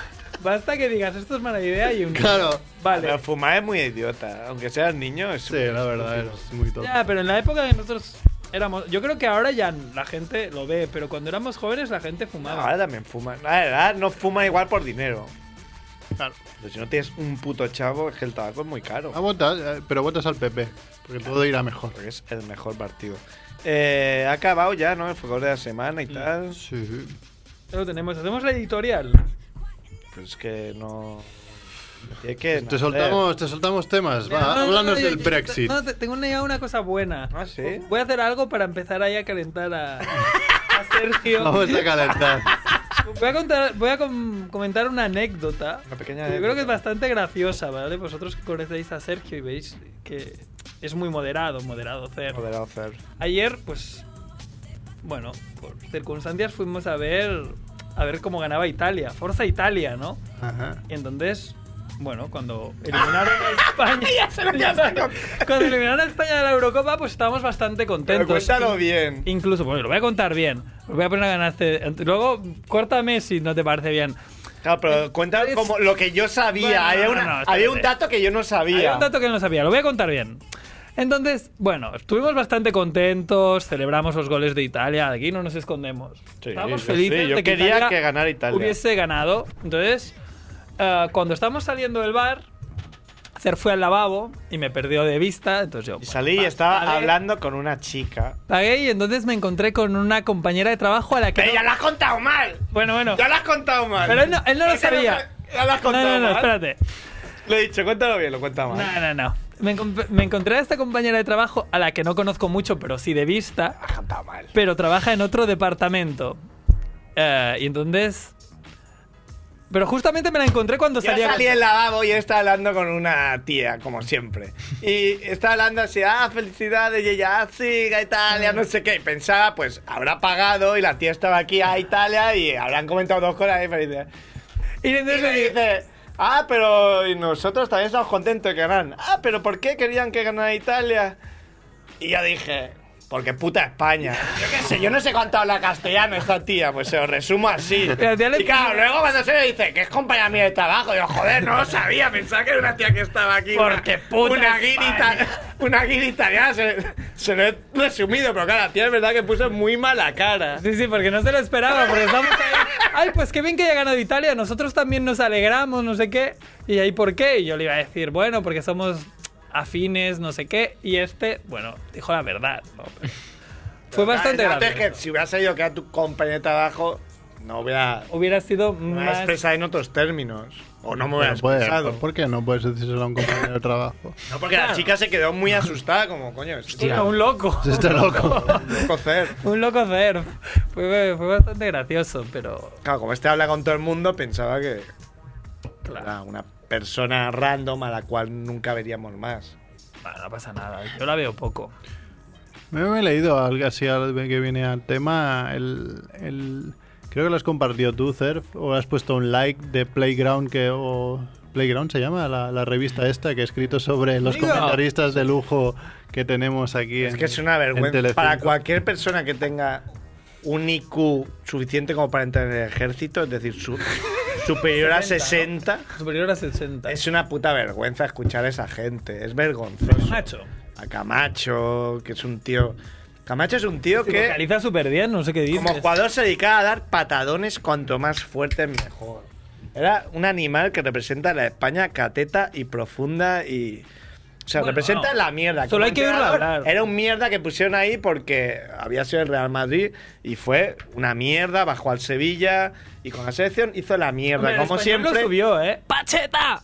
Basta que digas esto es mala idea y un.
Claro.
Pero
Vale.
fumar es muy idiota, aunque seas niño, es
Sí, la verdad es muy tonto.
Ya, pero en la época que nosotros éramos. Yo creo que ahora ya la gente lo ve, pero cuando éramos jóvenes la gente
No,
fumaba.
ahora Ah, también fuman. La verdad, no fuman igual por dinero.
Claro.
Pero si no tienes un puto chavo, es que el tabaco es muy caro.
Ah, votas, eh, pero votas al PP, porque todo irá mejor.
Porque es el mejor partido. Eh, ha acabado ya, ¿no? El jugador de la semana y tal.
Sí.
Ya Lo tenemos. Hacemos la editorial.
Pues es que no. Es que.
Pues Te
nacer.
soltamos, te soltamos temas,
No, no,
va,
no,
háblanos
no, yo-
del
yo-
Brexit.
no, te- tengo una, ya una cosa buena.
Ah, sí.
Voy a hacer algo para empezar ahí a calentar a, a Sergio.
Vamos a calentar.
Voy a, contar, voy a com- comentar una anécdota.
Una pequeña
que Yo creo que es
anécdota.
bastante graciosa, ¿vale? Vosotros que conocéis a Sergio y veis que es muy moderado, moderado Cer.
Moderado Fer.
Ayer, pues, bueno, por circunstancias fuimos a ver, a ver cómo ganaba Italia. Forza Italia, ¿no?
Ajá.
Y entonces, bueno, cuando eliminaron a España. cuando eliminaron a España de la Eurocopa, pues estábamos bastante
Pero
contentos.
cuéntalo bien.
Incluso, bueno, lo voy a contar bien. Os voy a poner a ganarse. Luego, córtame si no te parece bien. Eh,
Claro, pero cuéntalo como lo que yo sabía.
Bueno,
había,
no,
una-
no, espérate.
había un dato que yo no sabía.
Hay un dato que no sabía, lo voy a contar bien. Entonces, bueno, estuvimos bastante contentos, celebramos los goles de Italia, aquí no nos escondemos.
Sí,
Estábamos
sí,
felices
sí, yo
de que
quería
Italia
que ganara Italia.
Hubiese ganado. Entonces, eh, cuando estamos saliendo del bar, Cer fue al lavabo y me perdió de vista, entonces yo
Y salí y
pa-
estaba
pagué-
hablando con una chica.
Pagué y entonces me encontré con una compañera de trabajo a la que...
Pero
no-
ya la has contado mal.
Bueno, bueno.
Ya la has contado mal.
Pero él no, él no lo
Es que
sabía.
Ya la has
No,
contado
no, no,
mal.
espérate.
Lo he dicho, cuéntalo bien, lo cuenta mal.
No, no, no. Me, encon- me encontré a esta compañera de trabajo a la que no conozco mucho, pero sí de vista,
Has contado mal.
pero trabaja en otro departamento. Eh, y entonces
Pero justamente me la encontré cuando
Yo
salía.
salí del lavabo y estaba hablando con una tía, como siempre. Y estaba hablando así, ah, felicidades, y ella, ah, sí, a Italia, no sé qué. Y pensaba, pues, habrá pagado y la tía estaba aquí a Italia y habrán comentado dos cosas diferentes.
Y
Y
entonces
me
le dije,
dice, ah, pero y nosotros también estamos contentos de que ganan. Ah, pero ¿por qué querían que ganara Italia? Y yo dije, porque puta España. Yo qué sé, yo no sé cuánto habla castellano esta tía, pues se lo resumo así.
Pero tía le-
Y claro, luego cuando se le dice que es compañía mía de trabajo, yo, joder, no lo sabía, pensaba que era una tía que estaba aquí. Porque puta Una guirita, una guiri italiana, se, se lo he resumido, pero claro, la tía es verdad que puso muy mala cara.
Sí, sí, porque no se lo esperaba, porque estamos ahí. Ay, pues qué bien que haya ganado Italia, nosotros también nos alegramos, no sé qué. Y ahí, ¿por qué? Y yo le iba a decir, bueno, porque somos afines, no sé qué. Y este, bueno, dijo la verdad. ¿no? Pero Fue bastante
Antes
grave.
que si hubiera sabido que era tu compañero de trabajo, no hubiera,
Hubiera sido
me hubiera
más.
expresado en otros términos. O no me hubiera
Pero puede-
expresado.
¿Por qué no puedes decírselo a un compañero de trabajo?
No, porque la chica se quedó muy asustada, como, coño, es
Bueno, un loco.
Está loco.
un cocer.
Un loco hacer. Fue, fue bastante gracioso, pero.
Claro, como este habla con todo el mundo, pensaba que
Claro,
era una persona random a la cual nunca veríamos más.
bueno, no pasa nada. Yo la veo poco.
Me he leído algo así al- que viene al tema. El, el- creo que lo has compartido tú, Cerf, o has puesto un like de Playground que. O, Playground se llama la, la revista esta que he escrito sobre los
Amigo.
comentaristas de lujo que tenemos aquí.
Es
en-
que es una
en
vergüenza.
Telecinco.
Para cualquier persona que tenga un IQ suficiente como para entrar en el ejército, es decir, su- superior a 60,
Superior a 60.
es una puta vergüenza escuchar a esa gente. Es vergonzoso.
macho.
A Camacho, que es un tío. Camacho es un tío
Se
que,
localiza súper bien, no sé qué dices.
como jugador, se dedicaba a dar patadones cuanto más fuerte mejor. Era un animal que representa la España cateta y profunda y. O sea,
Bueno,
representa
no.
la mierda.
Solo
Como
hay que oírlo
entrenador,
hablar.
Era un mierda que pusieron ahí porque había sido el Real Madrid y fue una mierda. Bajó al Sevilla y con la selección hizo la mierda.
Hombre, el
como
español
siempre,
Lo subió, ¿eh? ¡Pacheta!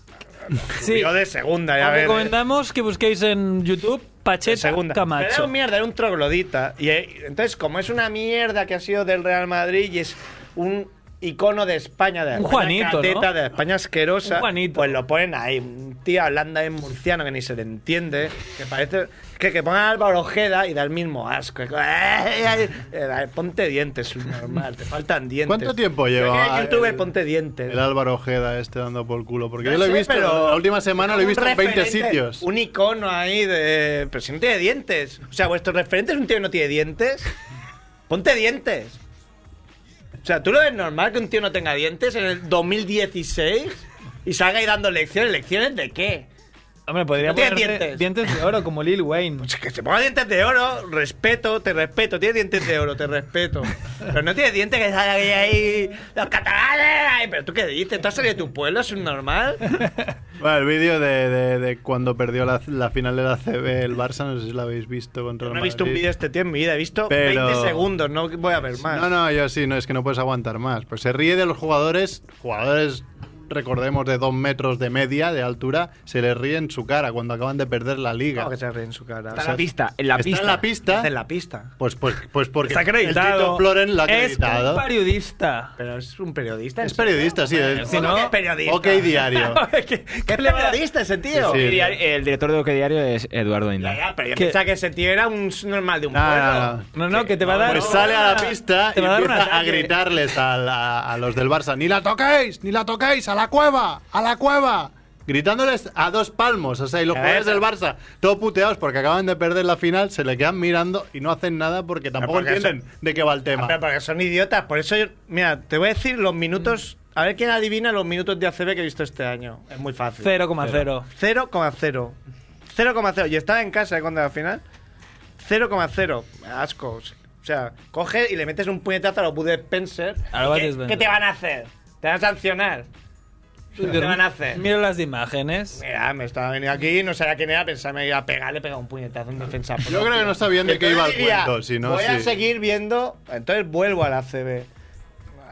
Sí.
subió de segunda, ya
Os
ves.
recomendamos que busquéis en YouTube Pacheta
segunda. Pero Era
Camacho.
un mierda, era un troglodita. Y eh, entonces, como es una mierda que ha sido del Real Madrid y es un icono de España, de la
Un
España
Juanito,
cateta,
¿no?
de la España asquerosa,
Un Juanito.
pues lo ponen ahí. Un tío hablando en murciano que ni se le entiende, que parece... Que, que pongan a Álvaro Ojeda y da el mismo asco. Es como, "Ay, ay, ay, ponte dientes, normal, te faltan dientes.
¿Cuánto tiempo
Yo
lleva
que el youtuber,
el-
ponte dientes.
El Álvaro Ojeda este dando por culo, porque
No
yo lo he
sé,
visto,
pero
la última semana lo he
un
visto en 20
referente,
sitios.
Un icono ahí de. Pero si no tiene dientes. O sea, vuestro referente es un tío que no tiene dientes. Ponte dientes. O sea, ¿tú lo ves normal que un tío no tenga dientes en el 2016 y salga ahí dando lecciones? ¿Lecciones de qué?
Hombre, podría
No tiene
ponerse
dientes.
de oro como Lil Wayne.
Pues que se ponga dientes de oro, respeto, te respeto. Tiene dientes de oro, te respeto. Pero no tiene dientes que salga ahí, ahí los catalanes. ay, ¿Pero tú qué dices? ¿Tú has salido de tu pueblo? ¿Es un normal?
Bueno, el vídeo de, de- de cuando perdió la, la final de la CB el Barça, no sé si lo habéis visto contra el
No he visto un
Madrid.
vídeo este tío en mi vida, he visto
Pero-
20 segundos, no voy a ver más.
No, no, yo sí, no, es que no puedes aguantar más. Pues se ríe de los jugadores, jugadores, recordemos, de dos metros de media, de altura, se les ríe en su cara cuando acaban de perder la liga.
Claro que se ríe en su cara.
Está en la pista, en la
Está
pista.
en la pista,
Está en la pista.
pues, pues, pues porque
Está acreditado.
el Tito Floren lo ha
Es un
acreditado.
periodista.
Pero es un periodista.
Es periodista, sí. es-
Si no-
¿Qué periodista?
Ok, diario.
¿Qué,
¿Qué
le va a dar?
periodista ese tío?
Sí, sí.
El, diario- el director de OK Diario es Eduardo
Ya,
Inda.
ya, pero eh, yo
¿Qué?
pensaba que ese tío era un normal de un pueblo.
Nada, nada.
No, no, que te va a dar.
Pues sale a la
una-
pista y
te va a dar un
empieza a
ataque.
gritarles a, la- a los del Barça: ¡Ni la toquéis! ¡Ni la toquéis! ¡A la cueva! ¡A la cueva! Gritándoles a dos palmos. O sea, y los
A
jugadores
ver.
del Barça, todo puteados porque acaban de perder la final, se le quedan mirando y no hacen nada porque tampoco
porque Ah,
entienden de qué va el tema.
Pero porque son idiotas. Por eso, yo- mira, te voy a decir los minutos. A ver quién adivina los minutos de ACB que he visto este año. Es muy fácil.
0,0.
0,0. 0,0. Y estaba en casa ¿eh? cuando era la final. 0,0. Asco. O sea, coge y le metes un puñetazo a los Bud Spencer.
A los Bud
¿Qué,
Spencer.
qué te van a hacer? ¿Te van a sancionar? ¿Qué van a hacer?
Mira las imágenes.
Mira, me estaba venido aquí, no sabía quién era, pensaba que me iba a pegar, le pegaba un puñetazo en defensa.
Yo creo que no sabían de qué
Entonces
iba el
diría,
cuento, si no,
Voy a
sí.
seguir viendo, entonces vuelvo a la CB.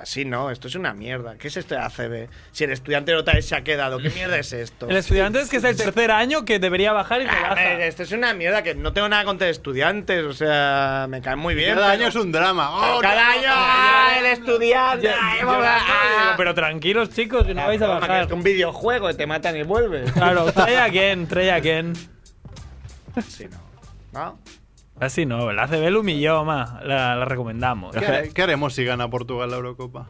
Así no, esto es una mierda. ¿Qué es este ACB? Si el estudiante de OTAE se ha quedado, ¿qué mierda es esto?
El estudiante es que es el tercer año que debería bajar y que
Ah,
baja.
hombre, esto es una mierda que no tengo nada contra estudiantes, o sea, me caen muy bien.
Cada
pero-
año es un drama. ¡Oh,
Cada
no!
año, ¡ah, el estudiante.
Ya-
ay,
yo-
vamos a- ah.
Pero tranquilos, chicos, que no vais a
Broma, que
bajar.
Es un videojuego, que te matan y vuelves.
Claro, try again, try again.
Sí, no. ¿No?
Así Ah, no, el ACB lo humilló, ma. La, la recomendamos.
¿Qué, hare- qué haremos si gana Portugal la Eurocopa?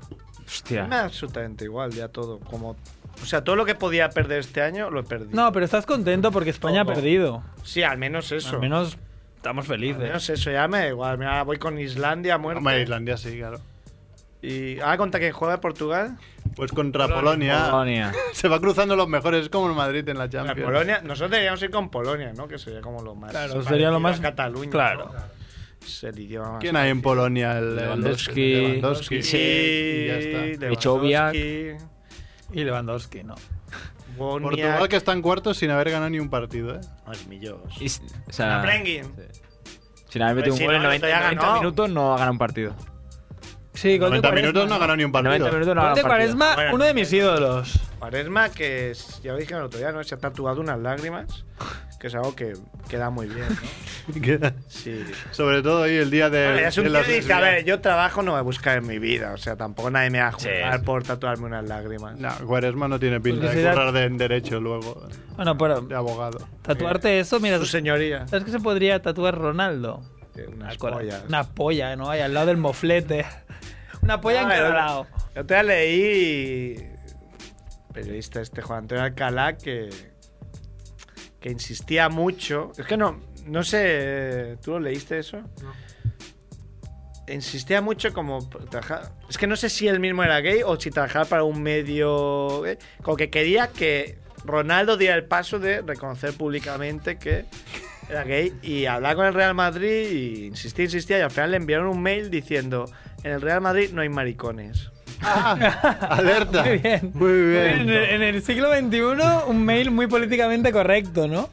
Hostia.
Me da absolutamente igual ya todo. Como, o sea, todo lo que podía perder este año lo he perdido.
No, pero estás contento porque España ha
Ojo.
perdido.
Sí, al menos eso.
Al menos estamos
Al
felices.
menos eso, ya me da igual. Mira, voy con Islandia a muerte.
Hombre, Islandia sí, claro.
Y, ah, ¿contra quién juega Portugal?
Pues contra Polonia.
Polonia.
Se va cruzando los mejores, es como el Madrid en la
Contra
Champions.
Polonia. Nosotros deberíamos ir con Polonia, ¿no? Que sería como lo más.
Claro,
parecido
sería lo
a
más-
Cataluña.
claro.
¿no? Es el idioma más.
¿Quién hay en Polonia? El
Lewandowski.
Lewandowski.
Sí,
Y ya está.
Lechowiak.
Lewandowski,
Y Lewandowski, no.
Portugal
Boniak,
que está en cuartos sin haber ganado ni un partido, ¿eh?
Asmillos.
Y s- o sea,
Aprenguin.
sin haber metido
Pues si
un gol en
no,
90,
ya ganó.
90 minutos no ha ganado un partido.
Sí, gol de
90
Cuaresma.
minutos no ha ganado ni un
En 90
partido.
minutos no ha
Gol de
ganado un partido.
Cuaresma,
Bueno,
uno de mis ídolos.
Quaresma, que es- ya lo dije el otro día, ¿no? Se ha tatuado unas lágrimas, que es algo que queda muy bien, ¿no? Sí.
Sobre todo hoy el día de.
A ver, es un
de
tío
las-
que dice, a ver, yo trabajo no voy a buscar en mi vida, o sea, tampoco nadie me va a juzgar por tatuarme unas lágrimas.
No, Cuaresma no tiene pinta
Porque
de
será-
currar de en derecho luego,
Bueno, pero
de abogado.
tatuarte eso, mira,
Su señoría.
¿sabes que se podría tatuar Ronaldo?
Eh, Unas
Cora-
pollas.
Una polla, ¿no? Ahí al lado del moflete. Una polla en
Ah,
cada
el-
lado.
Yo te leí periodista este Juan Antonio Alcalá que, que insistía mucho. Es que no, no sé, ¿tú lo leíste eso? Insistía mucho como p- trabaja- es que no sé si él mismo era gay o si trabajaba para un medio eh, como que quería que Ronaldo diera el paso de reconocer públicamente que era gay y hablaba con el Real Madrid y insistía, insistía y al final le enviaron un mail diciendo en el Real Madrid no hay maricones.
¡Alerta!
Muy bien.
Muy
En, el-
bien.
en el siglo XXI, un mail muy políticamente correcto, ¿no?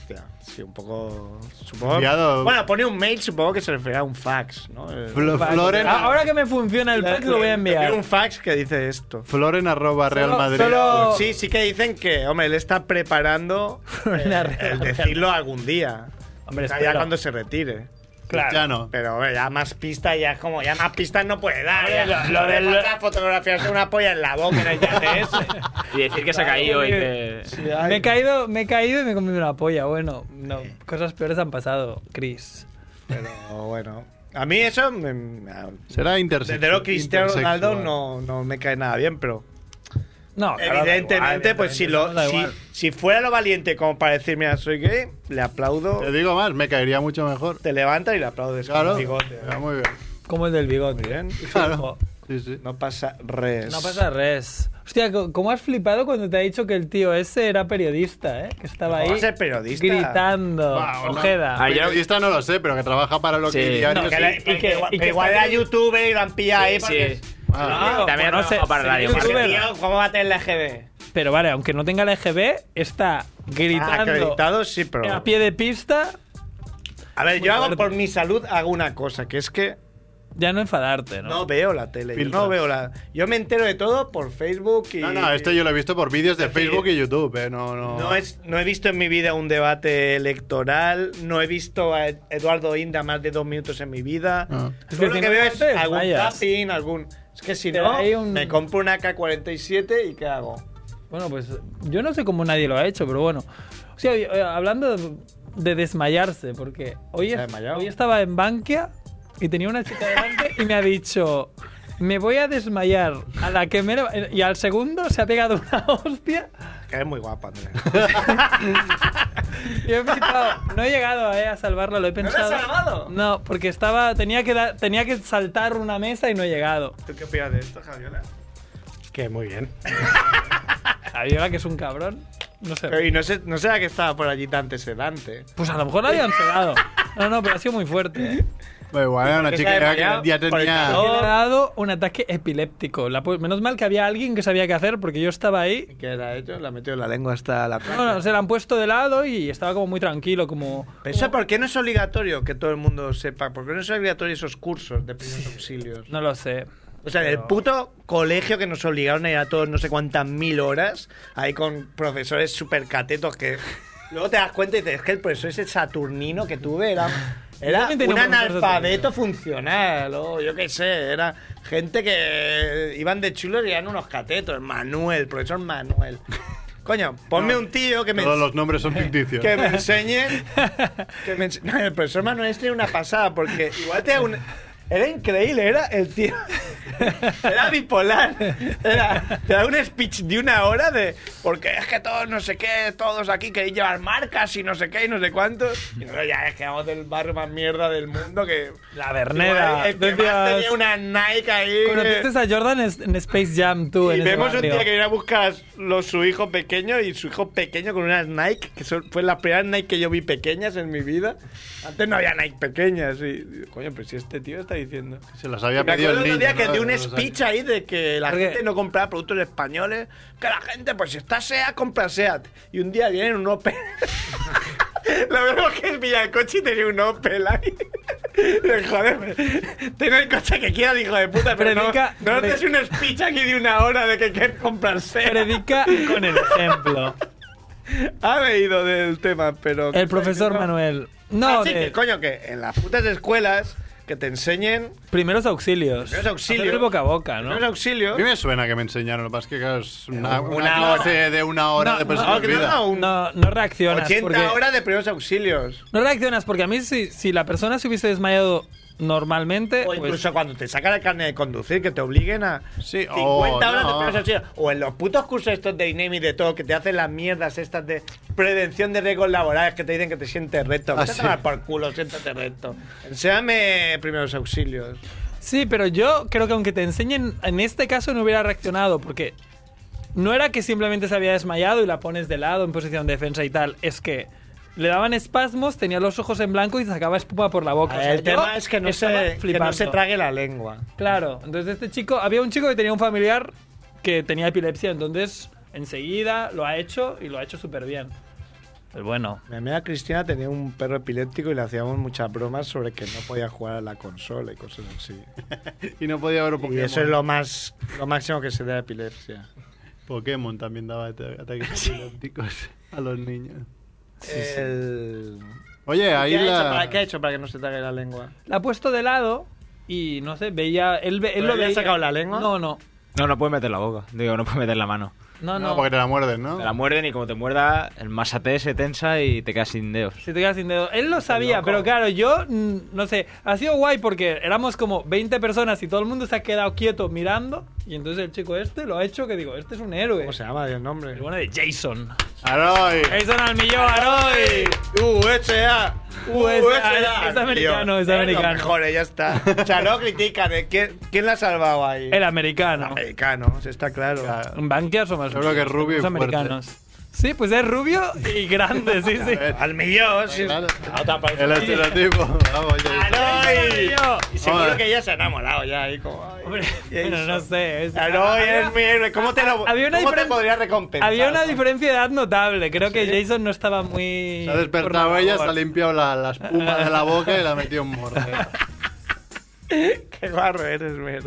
Hostia, sí, un poco. Supongo.
Enviado-
Bueno, pone un mail, supongo que se referirá a un fax, ¿no? Eh,
Flo- Floren,
Ah, Ahora que me funciona el pack, lo voy a enviar.
Tiene un fax que dice esto.
Floren arroba Real
Solo-
Madrid. Pues
solo-
Sí, sí que dicen que, hombre, él está preparando eh,
Una re-
el decirlo algún día.
Hombre,
O sea,
espero.
ya cuando se retire.
Ya no.
Pero hombre, ya más pistas, ya es como, ya más pistas no puede dar.
Hombre,
ya.
lo- lo
Le
del-
falta fotografiarse una polla en la boca en el YTS.
Y decir que se ha caído y que...
Me he caído, me he caído y me he comido una polla. Bueno, no, cosas peores han pasado, Chris.
Pero bueno. A mí eso me- me,
Será intersexual.
Desde luego Cristiano Ronaldo no, no me cae nada bien, pero
No, Ah, claro, da
evidentemente,
igual,
pues si
evidentemente,
lo
da
si,
igual.
si fuera lo valiente como para decir, mira, soy gay, le aplaudo,
Te digo más, me caería mucho mejor.
te levantas y le aplaudes con
Claro.
el bigote. ¿eh?
Ah, muy bien.
Como el del bigote.
Claro. Sí, sí.
No pasa res.
No pasa res. Hostia, co- ¿cómo has flipado cuando te ha dicho que el tío ese era periodista, eh? Que estaba
¿Cómo
ahí
va a ser periodista?
gritando.
Va, o no.
Ojeda.
Ay, yo-
Ah, Y esta no lo sé, pero que trabaja para lo que
Sí.
diario
No, que
sí.
le-
y que-
igual-
y que
igual
está-
era youtuber y lo han pillado ahí. porque-
Sí.
Ah,
Ah,
También
bueno,
ha trabajado
se-
para
se-
Radio
Ese
youtuber.
tío, ¿Cómo va a tener el LGB?
Pero vale, aunque no tenga la EGB, está
Ah,
gritando
acreditado, sí, pero.
a pie de pista.
A ver,
Muy
yo hago
fuerte.
por mi salud, hago una cosa, que es que
Ya no enfadarte, ¿no?
no veo la tele. Yo
Filtras.
no veo la. Yo me entero de todo por Facebook y.
No, no, esto yo lo he visto por vídeos de Facebook y YouTube, ¿eh? No, no.
No, es, no he visto en mi vida un debate electoral, no he visto a Eduardo Inda más de dos minutos en mi vida.
Ah.
Es que
Yo lo
si
que
no
veo es
te
algún
vayas.
tapping, algún... Es que si
Pero
no,
hay un-
me compro una K47 y ¿qué hago?
Bueno, pues yo no sé cómo nadie lo ha hecho, pero bueno. O sea, eh, hablando de, de desmayarse, porque hoy,
¿Se ha
es-
desmayado?
hoy estaba en Bankia y tenía una chica delante y me ha dicho, me voy a desmayar. A la que me... le- Y al segundo se ha pegado una hostia.
Que eres muy guapa, Andrés.
Y he flipado. No he llegado eh, a salvarla, lo he pensado.
salvado?
No, porque estaba, tenía, que dar- tenía que saltar una mesa y no he llegado.
¿Tú qué opinas de esto, Javiola?
Que muy bien.
Javiola, que es un cabrón. No sé.
Pero, y no, sé, no será que estaba por allí Dante Sedante.
Pues a lo mejor la habían pegado. No, no, pero ha sido muy fuerte. ¿eh?
Bueno, igual era una
Porque
chica
se ha
que ya,
desmayado por el
tenía.
calor.
Le ha dado un ataque epiléptico. La pu- menos mal que había alguien que sabía qué hacer porque yo estaba ahí.
¿Qué era hecho? La metió en la lengua hasta la
No, no, se la han puesto de lado y estaba como muy tranquilo, como...
Pero eso, ¿por qué no es obligatorio que todo el mundo sepa? ¿Por qué no es obligatorio esos cursos de primeros auxilios?
No lo sé.
O sea, en el puto colegio que nos obligaron a ir a todos no sé cuántas mil horas, ahí con profesores súper catetos que... Luego te das cuenta y dices, es que el profesor ese saturnino que tuve era... Era
también tenía
un
un profesor
analfabeto funcional, o yo qué sé, era gente que iban de chulos y eran unos catetos. Manuel, profesor Manuel. Coño, ponme un tío que me...
Todos los nombres son ficticios.
Que me enseñen. Que me ense- No, el profesor Manuel este era una pasada, porque igual te da un. Era increíble, era el tío. Era bipolar. Era, te da un speech de una hora de. Porque es que todos no sé qué, todos aquí queréis llevar marcas y no sé qué y no sé cuánto. Y nosotros ya es que vamos del barrio más mierda del mundo que.
La Bernera.
El que más
Decías,
tenía una Nike ahí. que-
Conociste a Jordan en en Space Jam, tú.
y
en ese
vemos un
barrio.
día que viene a buscar a los- su hijo pequeño y su hijo pequeño con unas Nike, que son, fue la primera Nike que yo vi pequeñas en mi vida. Antes no había Nike pequeñas. Y, y, coño, pero si este tío está diciendo.
Se las había
Me
pedido
acuerdo
el
el
niño.
otro día que
¿no?
dio un
Hace unos
speech
años.
ahí de que la
Porque-
gente no compraba productos españoles, que la gente, pues si está SEAT, compra SEAT. Y un día viene un Opel. Lo vemos que en Villacoche y tenía un Opel ahí. Digo, Joder, tengo el coche que quiera, hijo de puta, pero no,
Predica-
no haces un speech aquí de una hora de que quieres comprar SEAT.
Predica con el ejemplo.
Ha veído del tema, pero...
El profesor Manuel. No,
Así
de
Ah, que, coño, que en las putas escuelas que te enseñen
primeros auxilios.
Primeros auxilios.
Hacer el boca a boca, ¿no?
los auxilios...
A mí me suena que me enseñaron, lo que pasa es que claro, es una, Ah, una
Una hora.
clase de una hora
No,
después
no,
de
que no, no, un-
No, no reaccionas.
80
porque-
horas de primeros auxilios.
No reaccionas porque a mí si, si la persona se hubiese desmayado normalmente...
O
pues-
incluso cuando te sacan el carnet de conducir, que te obliguen a
Sí,
50
o
horas de
no.
primeros auxilios. O en los putos cursos estos de INEMI y de todo, que te hacen las mierdas estas de prevención de riesgos laborales, que te dicen que te sientes recto.
Ah,
Vete a
sí.
tomar por culo, siéntate recto. Enséame primeros auxilios.
Sí, pero yo creo que aunque te enseñen, en este caso no hubiera reaccionado porque no era que simplemente se había desmayado y la pones de lado en posición de defensa y tal, es que... Le daban espasmos, tenía los ojos en blanco y sacaba espuma por la boca. O sea,
el
yo
tema es que no,
estaba
se, que no
flipando.
se trague la lengua.
Claro, entonces este chico, había un chico que tenía un familiar que tenía epilepsia, entonces enseguida lo ha hecho y lo ha hecho súper bien.
Pues
Pero bueno,
Mi amiga Cristina tenía un perro epiléptico y le hacíamos muchas bromas sobre que no podía jugar a la consola y cosas así.
Y no podía haber
Y
Pokémon.
eso es lo más lo máximo que se da a epilepsia.
Pokémon también daba ata- ataques epilépticos a los niños.
El-
Oye, ahí
¿Qué, ha hecho
la...
para, qué ha hecho para que no se trague la lengua?
la ha puesto de lado y no sé, veía. Él, ve- él
¿Pero
lo
le ha
veía.
sacado la lengua?
No, no.
No, no puedes meter la boca. Digo, no puedes meter la mano.
Ah,
No,
No,
no.
porque te la muerden, ¿no?
Te la muerden y como te muerda, el masate se tensa y te quedas sin dedos.
Si te quedas sin dedo. Él lo sabía,
loco.
pero claro, yo mm, no sé. Ha sido guay porque éramos como 20 personas y todo el mundo se ha quedado quieto mirando. Y entonces el chico este lo ha hecho que digo, este es un héroe.
¿Cómo se llama? Dios nombre.
El bueno de Jason.
¡Aroy!
Jason Almillón, Aroy.
Uh, USA.
USA, Uh, es americano, es americano.
Mejor, eh, ya está. O sea, no critican. ¿eh? ¿Quién, quién la ha salvado ahí?
El americano.
americano, se está claro.
Claro.
Un Bankia son más
Yo creo que es
los
rubio y fuerte.
americanos. Sí, pues es rubio y grande, sí, sí.
Al millón, sí.
Claro.
A otra parte.
El estereotipo. Vamos, Jason.
¡Aroy! Y seguro
Hombre.
que ella se ha enamorado ya ahí como. ay,
Hombre,
¿qué
bueno,
hizo?
no sé. es-
Aroy
había-
es mi héroe. ¿Cómo te lo
Había una
¿cómo te
diferen-
podría recompensar?
Había una diferencia de edad notable. Creo que Jason no estaba muy.
Se ha despertado
por la
ella, se
labor.
ha limpiado la, la espuma de la boca y la ha metido en morro.
Qué barro eres, Mer.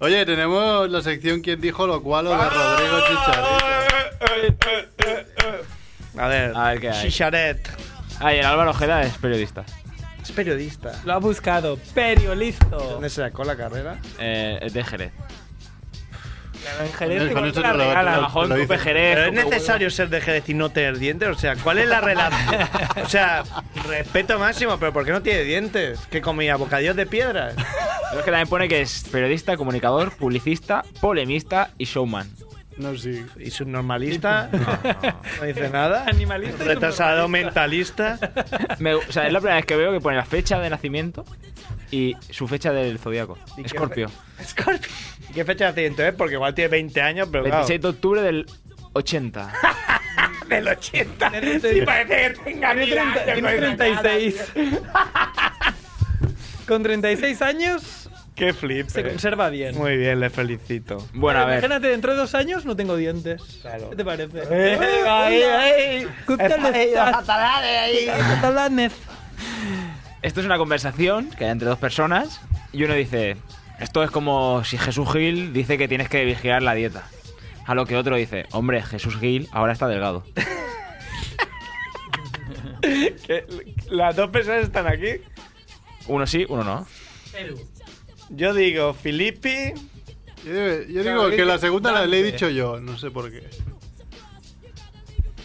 Oye, tenemos la sección Quién dijo lo cual o de
¡Ah!
Rodrigo Chicharito.
A ver,
A ver qué hay.
Chicharet
Ah, y el Álvaro Ojeda es periodista.
es periodista.
Lo ha buscado. Perio, listo.
¿Dónde se sacó la carrera?
Eh, es de Jerez.
En Jerez
Con
igual
eso
te la
te lo-
regalan.
te lo-
Bajón,
lo dice.
Cope Jerez.
Pero es
Cope-
necesario ser de Jerez y no tener dientes. O sea, ¿cuál es la relación? O sea, respeto máximo, pero ¿por qué no tiene dientes? ¿Qué comía? ¿Bocadillos de piedra?
Pero es que también pone que es periodista, comunicador, publicista, polemista y showman.
No, sí.
¿Y subnormalista? No, no dice nada.
Animalista y
Retrasado mentalista.
Me- o sea, es la primera vez que veo que pone la fecha de nacimiento y su fecha del zodiaco.
¿Y qué
Escorpio.
Scorpio. ¿Y qué fecha de nacimiento es? Porque igual tiene 20 años, pero claro.
26 de octubre del 80.
Del 80.
Sí,
parece que tenga
Tiene 30 tiene 36. Con 36 años
Qué
se
flip.
conserva bien.
Muy bien, le felicito.
Bueno, a ver.
Imagínate, dentro de dos años no tengo dientes.
Claro. Eh,
¿Qué te parece?
¡Ay, ay!
¿Qué tal estás? ¿Qué tal andas?
Esto es una conversación que hay entre dos personas y uno dice, Esto es como si Jesús Gil dice que tienes que vigilar la dieta. A lo que otro dice, hombre, Jesús Gil ahora está delgado.
Que las dos personas están aquí.
Uno sí, uno no.
Yo digo, Filippi.
Yo, digo- yo digo que la segunda la le he dicho yo, no sé por qué.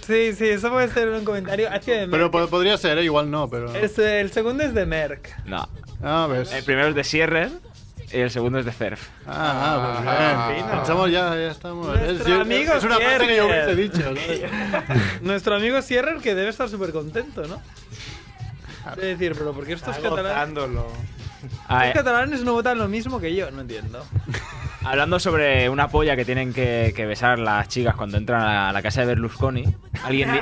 Sí, sí, eso puede ser un comentario. Ah, sí, de
Pero
Merck.
po- podría ser, ¿eh? igual no, pero.
Es, eh, el segundo es de Merck.
No.
Ah, ves.
El primero es de Sierrer y el segundo es de Cerf.
Ah, ah,
Ah,
pues bien.
fino.
Pensamos ya, ya estamos.
Nuestro
yo-
amigo
es una frase que yo
Pierre.
hubiese dicho. ¿no?
Nuestro amigo Sierrer, que debe estar súper contento, ¿no? Es decir, pero ¿por qué estos
Está
catalanes,
gozándolo.
Ah,
estos
eh,
catalanes no votan lo mismo que yo? No entiendo.
hablando sobre una polla que tienen que, que besar las chicas cuando entran a la, a la casa de Berlusconi, alguien, di-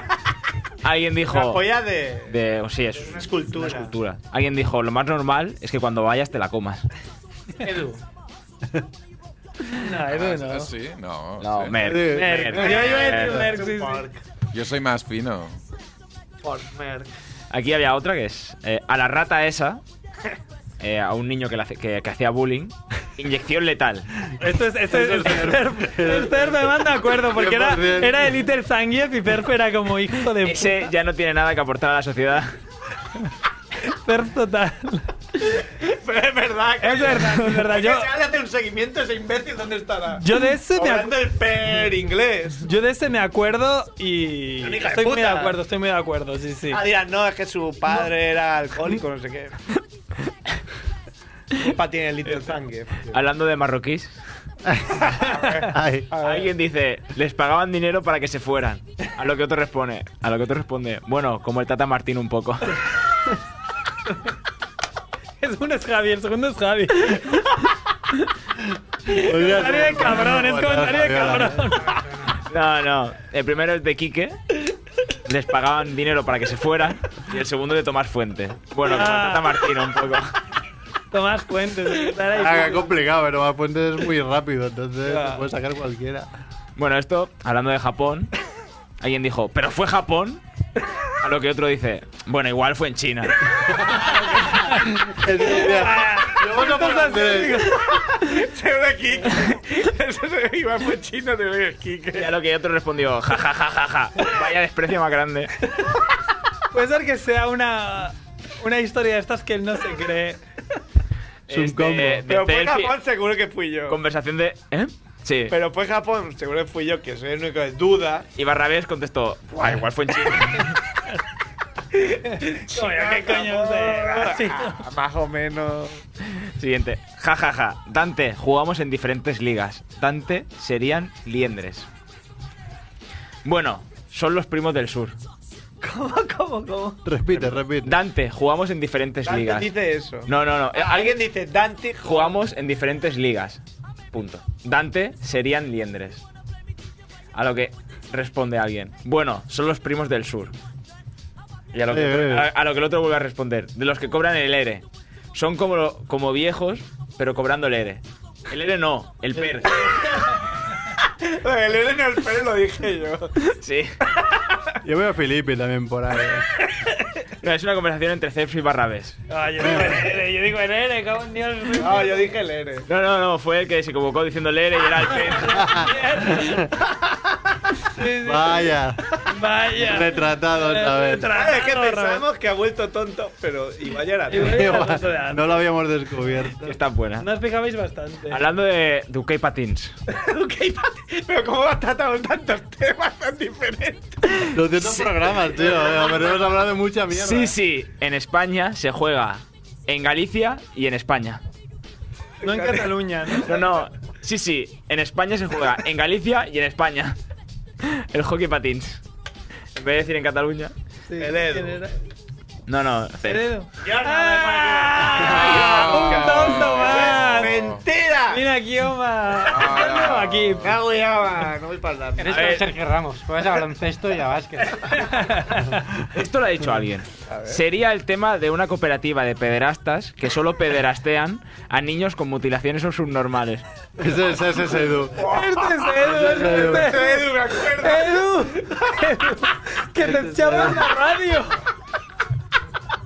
alguien dijo...
La polla de.
de- o sí, es
una escultura.
una escultura. Alguien dijo, lo más normal es que cuando vayas te la comas.
Edu.
No, Edu no.
Ah, Sí, no.
No,
Oh, sí.
Mer.
Sí.
Merck. Yo iba a
Ah,
decir Merck, sí, sí.
Yo soy más fino.
Former.
Aquí había otra que es eh, a la rata esa, eh, a un niño que, la hace- que- que hacía bullying, inyección letal.
Esto es,
Este
esto Este es, el Perf. El Perf me manda de acuerdo, porque era,
100%.
era el Little Zangief y Perf era como hijo de
Ese ya no tiene nada que aportar a la sociedad.
puta. Perf total.
Pero es verdad. que-
Es verdad, es verdad. Yo,
Se hace un seguimiento ese imbécil, ¿dónde estará?
yo de ese me acuerdo.
Hablando el per inglés.
Yo de ese me acuerdo y.
Un hijo de
Estoy muy de
puta.
acuerdo, estoy muy de acuerdo, sí, sí.
Ah, dirán, no, es que su padre era alcohólico, no sé qué. Culpa tiene el Little Zangief.
Hablando de marroquíes,
Ay.
alguien dice, les pagaban dinero para que se fueran. A lo que otro responde, a lo que otro responde, bueno, como el Tata Martín un poco.
Es uno es Javi, el segundo es Javi.
Podría
Comentario de
ser.
cabrón, es
Bueno,
comentario de
Fabiola.
cabrón.
No, no. El primero es de Quique. Les pagaban dinero para que se fueran. Y el segundo de Tomás Fuente. Bueno, como el Tata Martín un poco.
Tomás Fuentes, secretaria
Ah,
y-
qué complicado, pero más puentes es muy rápido, entonces te puedes sacar cualquiera.
Bueno, esto, hablando de Japón, alguien dijo, ¿pero fue Japón? A lo que otro dice, bueno, igual fue en China.
Es mi
Ah.
idea. Yo voto por Andrés.
Eso se iba fue chino, te veo Quique. Y a lo que otro respondió, ja, ja, ja, ja, ja. Vaya desprecio más grande.
Puede ser que sea una. Una historia de estas que él no se cree.
Es un
Este,
combo.
de
Pero fue
selfie-
Japón, seguro que fui yo.
Conversación de... ¿Eh? Sí.
Pero fue Japón, seguro que fui yo, que soy el único de duda.
Y Barrabés contestó, "Buah, igual fue en China.
Oye, ¿qué coño
Ah,
sé?
más o menos.
Siguiente. Ja, ja, ja. Dante, jugamos en diferentes ligas. Dante serían liendres. Bueno, son los primos del sur.
¿Cómo, cómo, cómo?
Repite, repite.
Dante, jugamos en diferentes
Dante
ligas.
dice eso.
No, no, no. Eh,
Alguien dice Dante.
Jugamos en diferentes ligas. Punto. Dante serían liendres. A lo que responde alguien. Bueno, son los primos del sur. Y a lo que,
Eh,
otro-
eh.
a- a lo que el otro vuelve a responder. De los que cobran el ERE. Son como, lo- como viejos, pero cobrando el ERE. El ERE no, el PER.
Lo de Lenin el pelo lo dije yo.
Sí.
Yo veo a Filipe también por ahí.
No, es una conversación entre Cepsi y Barrabés.
Ay, yo digo el Ere, yo digo el Ere, cago en Dios.
No, yo dije Lere.
No, no, no, fue el que se convocó diciendo el ERE y era el PER.
Sí, sí.
Vaya,
Vaya.
retratado otra vez.
Retratado,
Es que
otra vez.
pensamos que ha vuelto tonto, pero igual ya era
Igual
tonto.
era tonto de antes.
No lo habíamos descubierto.
Está buena.
No os fijabais bastante.
Hablando de Duque y Patins.
Ok, Pati, pero ¿cómo has tratado tantos temas tan diferentes?
200 programas, tío. eh, Pero hemos hablado de mucha mierda. eh.
Sí, sí, en España se juega en Galicia y en España.
No en Cataluña,
No,
¿no?
no, sí, sí, en España se juega en Galicia y en España. El hockey patins. En vez de decir en Cataluña.
Sí,
El Edu.
¿quién era?
No, no, cero.
El Edu.
Ah,
¡Ah! ¡Un tonto más!
¡Mentira!
Mira, Kioma.
Ah.
No, aquí.
Me hago ya, va, no voy para adelante.
Eres
A ver.
como Sergio Ramos. Juegas a baloncesto y a básquet.
Esto lo ha dicho alguien. Sería el tema de una cooperativa de pederastas que solo pederastean a niños con mutilaciones o subnormales.
Ese es ese es Edu.
Este es Edu. Este es Edu.
Edu, me acuerdo.
Edu. Edu. Que te echaban la radio.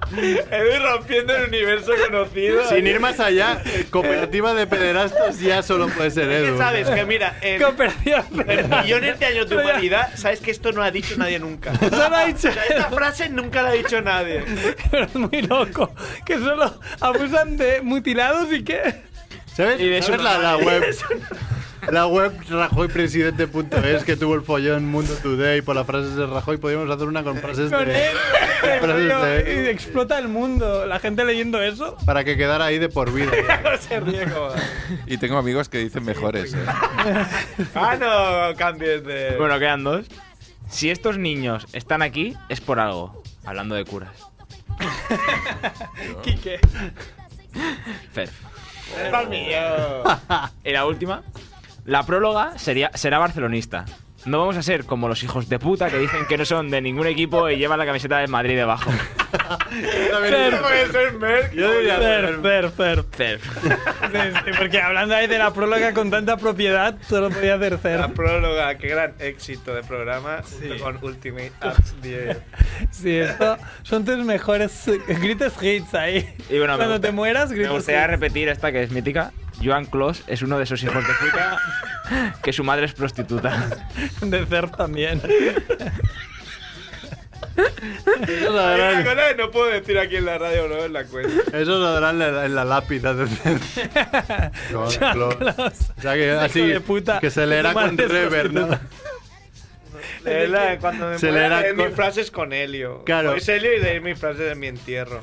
Estoy rompiendo el universo conocido.
Sin ir más allá, eh, cooperativa de pederastas ya solo puede ser
Es
Edu.
que sabes que, mira, en,
Cooperación.
en millones de años de humanidad, sabes que esto no ha dicho nadie nunca.
Solo ha dicho
O sea, esta frase nunca la ha dicho nadie.
Pero es muy loco. Que solo abusan de mutilados y qué.
¿Sabes?
Y de
¿Sabes
su
la, la web? La web rajoypresidente.es que tuvo el follón Mundo Today por las frases de Rajoy. Podríamos hacer una con frases de,
Con él.
con frases
rollo,
de-
y explota el mundo. La gente leyendo eso.
para que quedara ahí de por vida.
Se ríe como-
Y tengo amigos que dicen mejores, ¿eh?
Ah, no, cambies de.
Bueno, quedan dos. Si estos niños están aquí, es por algo. Hablando de curas.
Quique.
Ferf.
es para mí.
Y la última. La próloga sería, será barcelonista. No vamos a ser como los hijos de puta que dicen que no son de ningún equipo y llevan la camiseta del Madrid debajo.
Yo diría,
Fer, Fer, Fer.
Ferf.
Sí, sí, porque hablando ahí de la próloga con tanta propiedad, solo podía hacer
La
Fer.
próloga, qué gran éxito de programa junto con Ultimate Apps 10.
Sí, esto son tus mejores eh, gritos hits ahí.
Y bueno, me
Cuando
gusta-
te mueras,
Me
gritos
gustaría
hits.
repetir esta que es mítica. Joan Clos es uno de esos hijos de puta que su madre es prostituta.
De Fer también.
eso lo
Hay una
darán,
cosa que no puedo decir aquí en la radio, no en la cuenta.
eso lo darán en la- en la lápida. de- Con Clos. O sea que así
de puta.
que se leerá
Su madre
con
es
rever, ¿no?
Es la de cuando me
Se
muera,
leerá
leer
con-
mis frases con Helio.
Claro.
Es Helio y leer mis frases en mi entierro.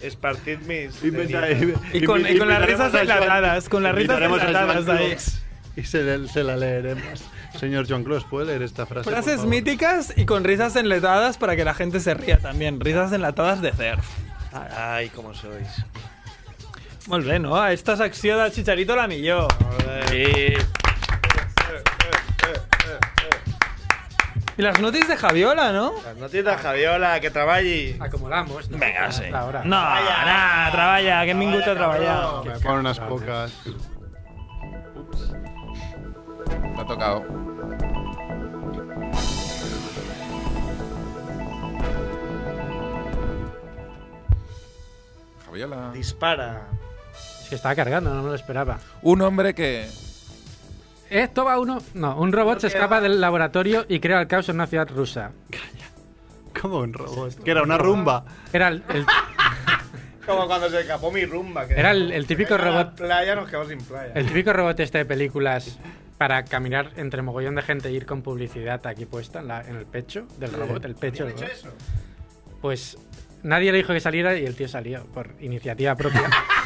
Esparcid mis.
Inventa-
cenizas.
Y con, y con las risas
invitaremos a Joan-
enlatadas, con las risas
invitaremos a Joan
enlatadas ahí.
Clos Y se, le- se la leeremos. Señor John Clos, ¿puede leer esta frase? por
Frases
favor?
míticas y con risas enlatadas para que la gente se ría también. Risas enlatadas de Cerf.
Ay, cómo sois.
Molt bé, no? Esta secció del Chicharito la millor.
Y
Eh,
I les notis de Javiola, no?
Las noticias, Javiola, que traballe.
Acumulamos, ¿no?
Venga, sí.
Ahora.
No, no, treballa, que hem vingut a treballar.
Me ponen unas pocas.
Me ha tocado. Javiola.
Dispara.
Es que estaba cargando, no me lo esperaba.
Un hombre que.
Esto va uno. No, un robot se escapa del laboratorio y crea el caos en una ciudad rusa.
Como un robot. Que era una rumba.
Era el, el-
Como cuando se escapó mi rumba. Que
Era el- el típico
que a la
robot.
playa nos quedamos sin playa.
el típico robot este de películas para caminar entre mogollón de gente e ir con publicidad aquí puesta en, la- en el pecho del robot, el pecho del
¿Has hecho
robot.
eso?
Pues nadie le dijo que saliera y el tío salió por iniciativa propia.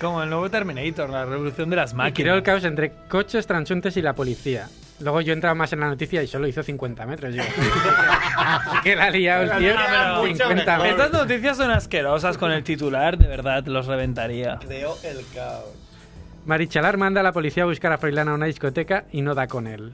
Como el nuevo Terminator, la revolución de las
Y creó el
máquinas.
caos entre coches, transeúntes y la policía. Luego yo entraba más en la noticia y solo hizo 50 metros. Yo. que la ha liado el tío.
Pero era mucho
50
mejor.
metros.
Estas noticias son asquerosas con el titular, de verdad, los reventaría.
Creó el caos.
Marichalar manda a la policía a buscar a Froilán a una discoteca y no da con él.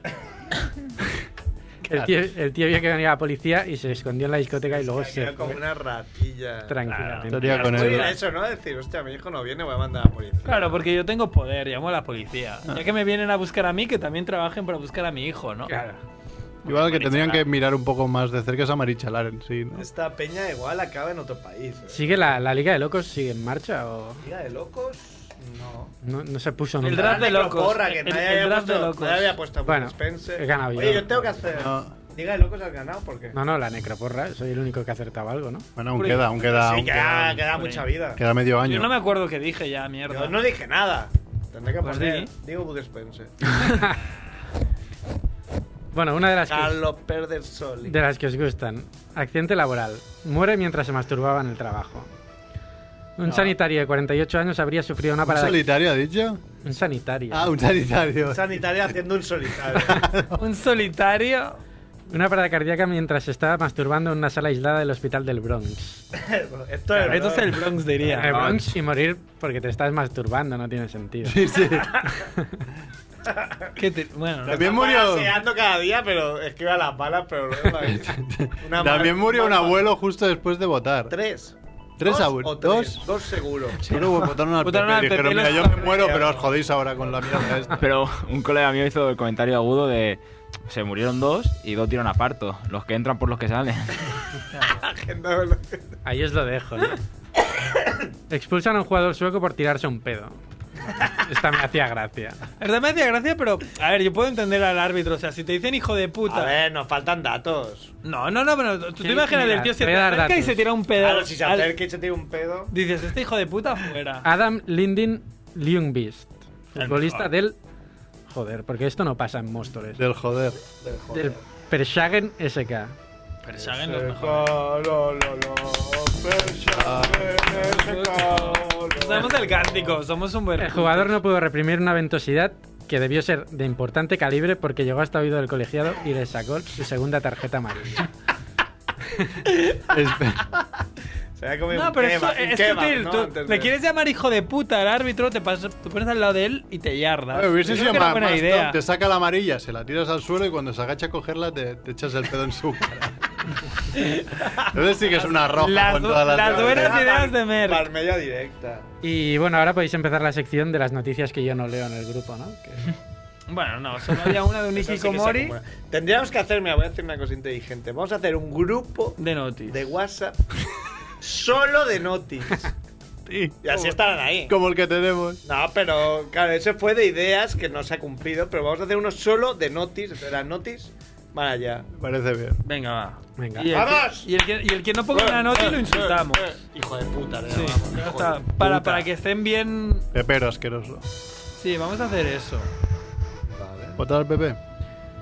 El tío, el tío vio que venía la policía y se escondió en la discoteca y luego
Se
se
quedó como
fue
una ratilla.
tranquilamente.
Estaría con
Muy bien
él.
eso, ¿no? Decir, hostia, mi hijo no viene, voy a mandar a la policía.
Claro, porque yo tengo poder, llamo a la policía. Ya que me vienen a buscar a mí, que también trabajen para buscar a mi hijo, ¿no?
Claro.
Igual que tendrían que mirar un poco más de cerca es a Marichalar en sí, ¿no?
Esta peña igual acaba en otro país. ¿eh?
¿Sigue la, la Liga de Locos? ¿Sigue en marcha? o
Liga de locos, no.
No, no se puso
El
nunca.
draft de
Pero
locos.
Porra, que
El-
nadie
el
había
draft de
puesto-
locos.
Nadie había puesto a Bud
Bueno,
Spencer.
he ganado yo.
Oye, yo tengo que hacer.
No.
Liga de locos has ganado porque.
No, no, la necroporra. Soy el único que acertaba algo, ¿no?
Bueno, aún queda, aún queda,
sí,
aún
queda,
queda,
queda mucha vida.
queda medio
Yo
año.
no me acuerdo qué dije ya, mierda.
Yo no dije nada. Tendré que
Pues
poner.
di.
Digo Bud Spencer.
Bueno, una de las que-
Carlos Pérez Soli.
De las que os gustan. Accidente laboral. Muere mientras se masturbaba en el trabajo. Un sanitario de 48 años habría sufrido una
¿Un
parada.
solitario ha dicho?
un sanitario.
Ah, un sanitario.
Sanitaria haciendo un solitario.
Un solitario.
Una parada cardíaca mientras se estaba masturbando en una sala aislada del hospital del Bronx.
Esto es.
Esto es el Bronx, diría.
El Bronx y morir porque te estás masturbando no tiene sentido.
Sí, sí.
Qué te- Bueno, no.
También murió,
Paseando cada día, pero esquiva las balas, pero luego la- una
también
mal-
murió un
mal-
abuelo justo después de votar.
Tres.
Tres
Dos
abuelos.
o tres.
Dos.
Dos seguro.
Seguro votaron al
Votaron
PP.
al PP,
Dijeron, mira,
los
yo me muero, pero os jodéis ahora con la mierda esta.
Pero un colega mío hizo el comentario agudo de. se murieron dos y dos dieron a parto. Los que entran por los que salen.
Ahí os lo dejo. ¿eh? Expulsan a un jugador sueco por tirarse un pedo. Esta me hacía gracia.
verdad me hacía gracia, pero a ver, yo puedo entender al árbitro. O sea, si te dicen hijo de puta.
A ver, nos faltan datos.
No, no, no, pero tú te imaginas
mira,
el tío se
te voy
te
a dar
acerca y
datos.
se tira un pedo.
Claro, si se
Al-
acerca y se tira un pedo.
Dices, este hijo de puta fuera.
Adam Lindin Ljungqvist,
El
futbolista
mejor.
del. Joder, porque esto no pasa en Móstoles.
Del joder.
Del Pershagen SK.
Pero saben los mejores. No sabemos el cántico, somos un buen.
El jugador no pudo reprimir una ventosidad que debió ser de importante calibre porque llegó hasta oído del colegiado y le sacó su segunda tarjeta amarilla.
Se ha comido
No,
un
pero
kebab,
eso
un
es
kebab,
sutil.
¿no?
tú
Antes
le
de-
quieres llamar hijo de puta al árbitro, te, pasas, te pones al lado de él y te yardas.
Hombre, hubiese
Yo
sido
creo que era
más,
buena
más
idea.
tonto. Te saca la amarilla, se la tiras al suelo y cuando se agacha a cogerla te, te echas el pedo en su cara. Entonces sí que es una roja
Las,
con todas las
las buenas
Ah,
ideas
Par-
de Mer.
Parmella directa.
Y bueno, ahora podéis empezar la sección de las noticias que yo no leo en el grupo, ¿no? Que-
Bueno, no, solo había una de un
Eso sí que se
Hikikomori
acumula. Tendríamos que hacer, mira, voy a hacer una cosa inteligente. Vamos a hacer un grupo
de Notis.
de WhatsApp solo de notis. Y así estarán ahí.
Como el que tenemos.
No, pero claro, ese fue de ideas que no se ha cumplido, pero vamos a hacer uno solo de notis. Entonces, las notis van allá.
Me parece bien.
Venga, va.
Venga.
Y el,
¡Vamos!
que, y, el que, y el que no ponga una nota lo insultamos.
Hijo de puta, le
Sí,
llamamos,
ya
hijo
está.
de
Para,
puta.
para que estén bien.
Pepero asqueroso.
Sí, vamos a hacer eso.
¿Votar al PP?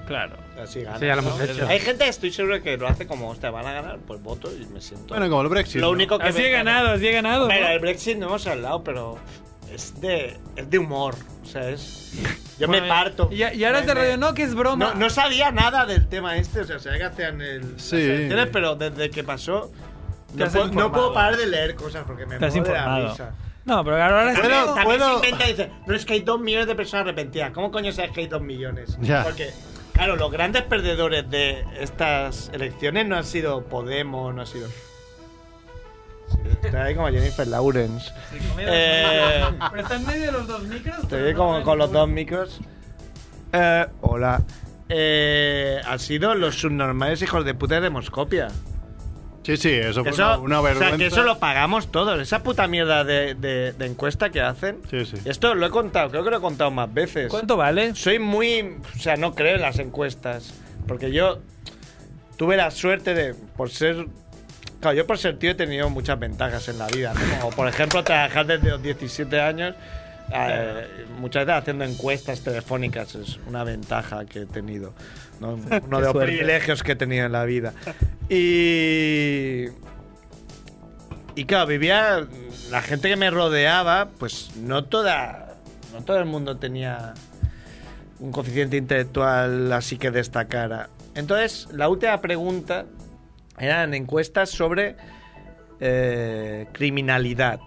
Claro.
Así gana.
Sí, ya lo hemos
No,
hecho.
Hay gente que estoy seguro que lo hace como, hostia, van a ganar, pues voto y me siento.
Bueno, como el Brexit.
lo
¿no?
único que.
Así
me-
he ganado, así he ganado.
Mira,
¿no?
el Brexit no hemos hablado, pero es de, es de humor. O sea, es. Yo
Bueno,
me parto.
Y, y ahora es de
Me-
radio, no, que es broma.
No, no sabía nada del tema este, o sea, sabía que hacían el,
Sí.
las elecciones, pero desde que pasó,
Te
no
has
puedo, no
informado.
puedo parar de leer cosas porque me
Te has
muero de la
informado.
risa.
No, pero ahora es
También-
Bueno,
también
bueno.
se inventa y dice, no es que hay dos millones de personas arrepentidas. ¿Cómo coño sabes que hay dos millones?
Ya.
Porque, claro, los grandes perdedores de estas elecciones no han sido Podemos, no han sido...
Está ahí como Jennifer Lawrence.
Eh,
Pero está en medio de los dos micros.
Te
pero
ve
no
como
hay
con los dos
ninguno.
micros.
eh, hola. Eh, han sido los subnormales hijos de puta de demoscopia.
Sí, sí, eso fue
Eso,
una, una vergüenza.
O sea, que eso lo pagamos todos. Esa puta mierda de, de- de encuesta que hacen.
Sí, sí.
Esto lo he contado, creo que lo he contado más veces.
¿Cuánto vale?
Soy muy. O sea, no creo en las encuestas. Porque yo tuve la suerte de. Por ser. Claro, yo por ser tío he tenido muchas ventajas en la vida. ¿no? Como por ejemplo trabajar desde los 17 años. eh, muchas veces haciendo encuestas telefónicas es una ventaja que he tenido. ¿no? Uno de los
suerte.
privilegios que he tenido en la vida. Y. Y claro, vivía. La gente que me rodeaba, pues no toda. No todo el mundo tenía un coeficiente intelectual así que destacara. Entonces, la última pregunta eran encuestas sobre eh, criminalidad.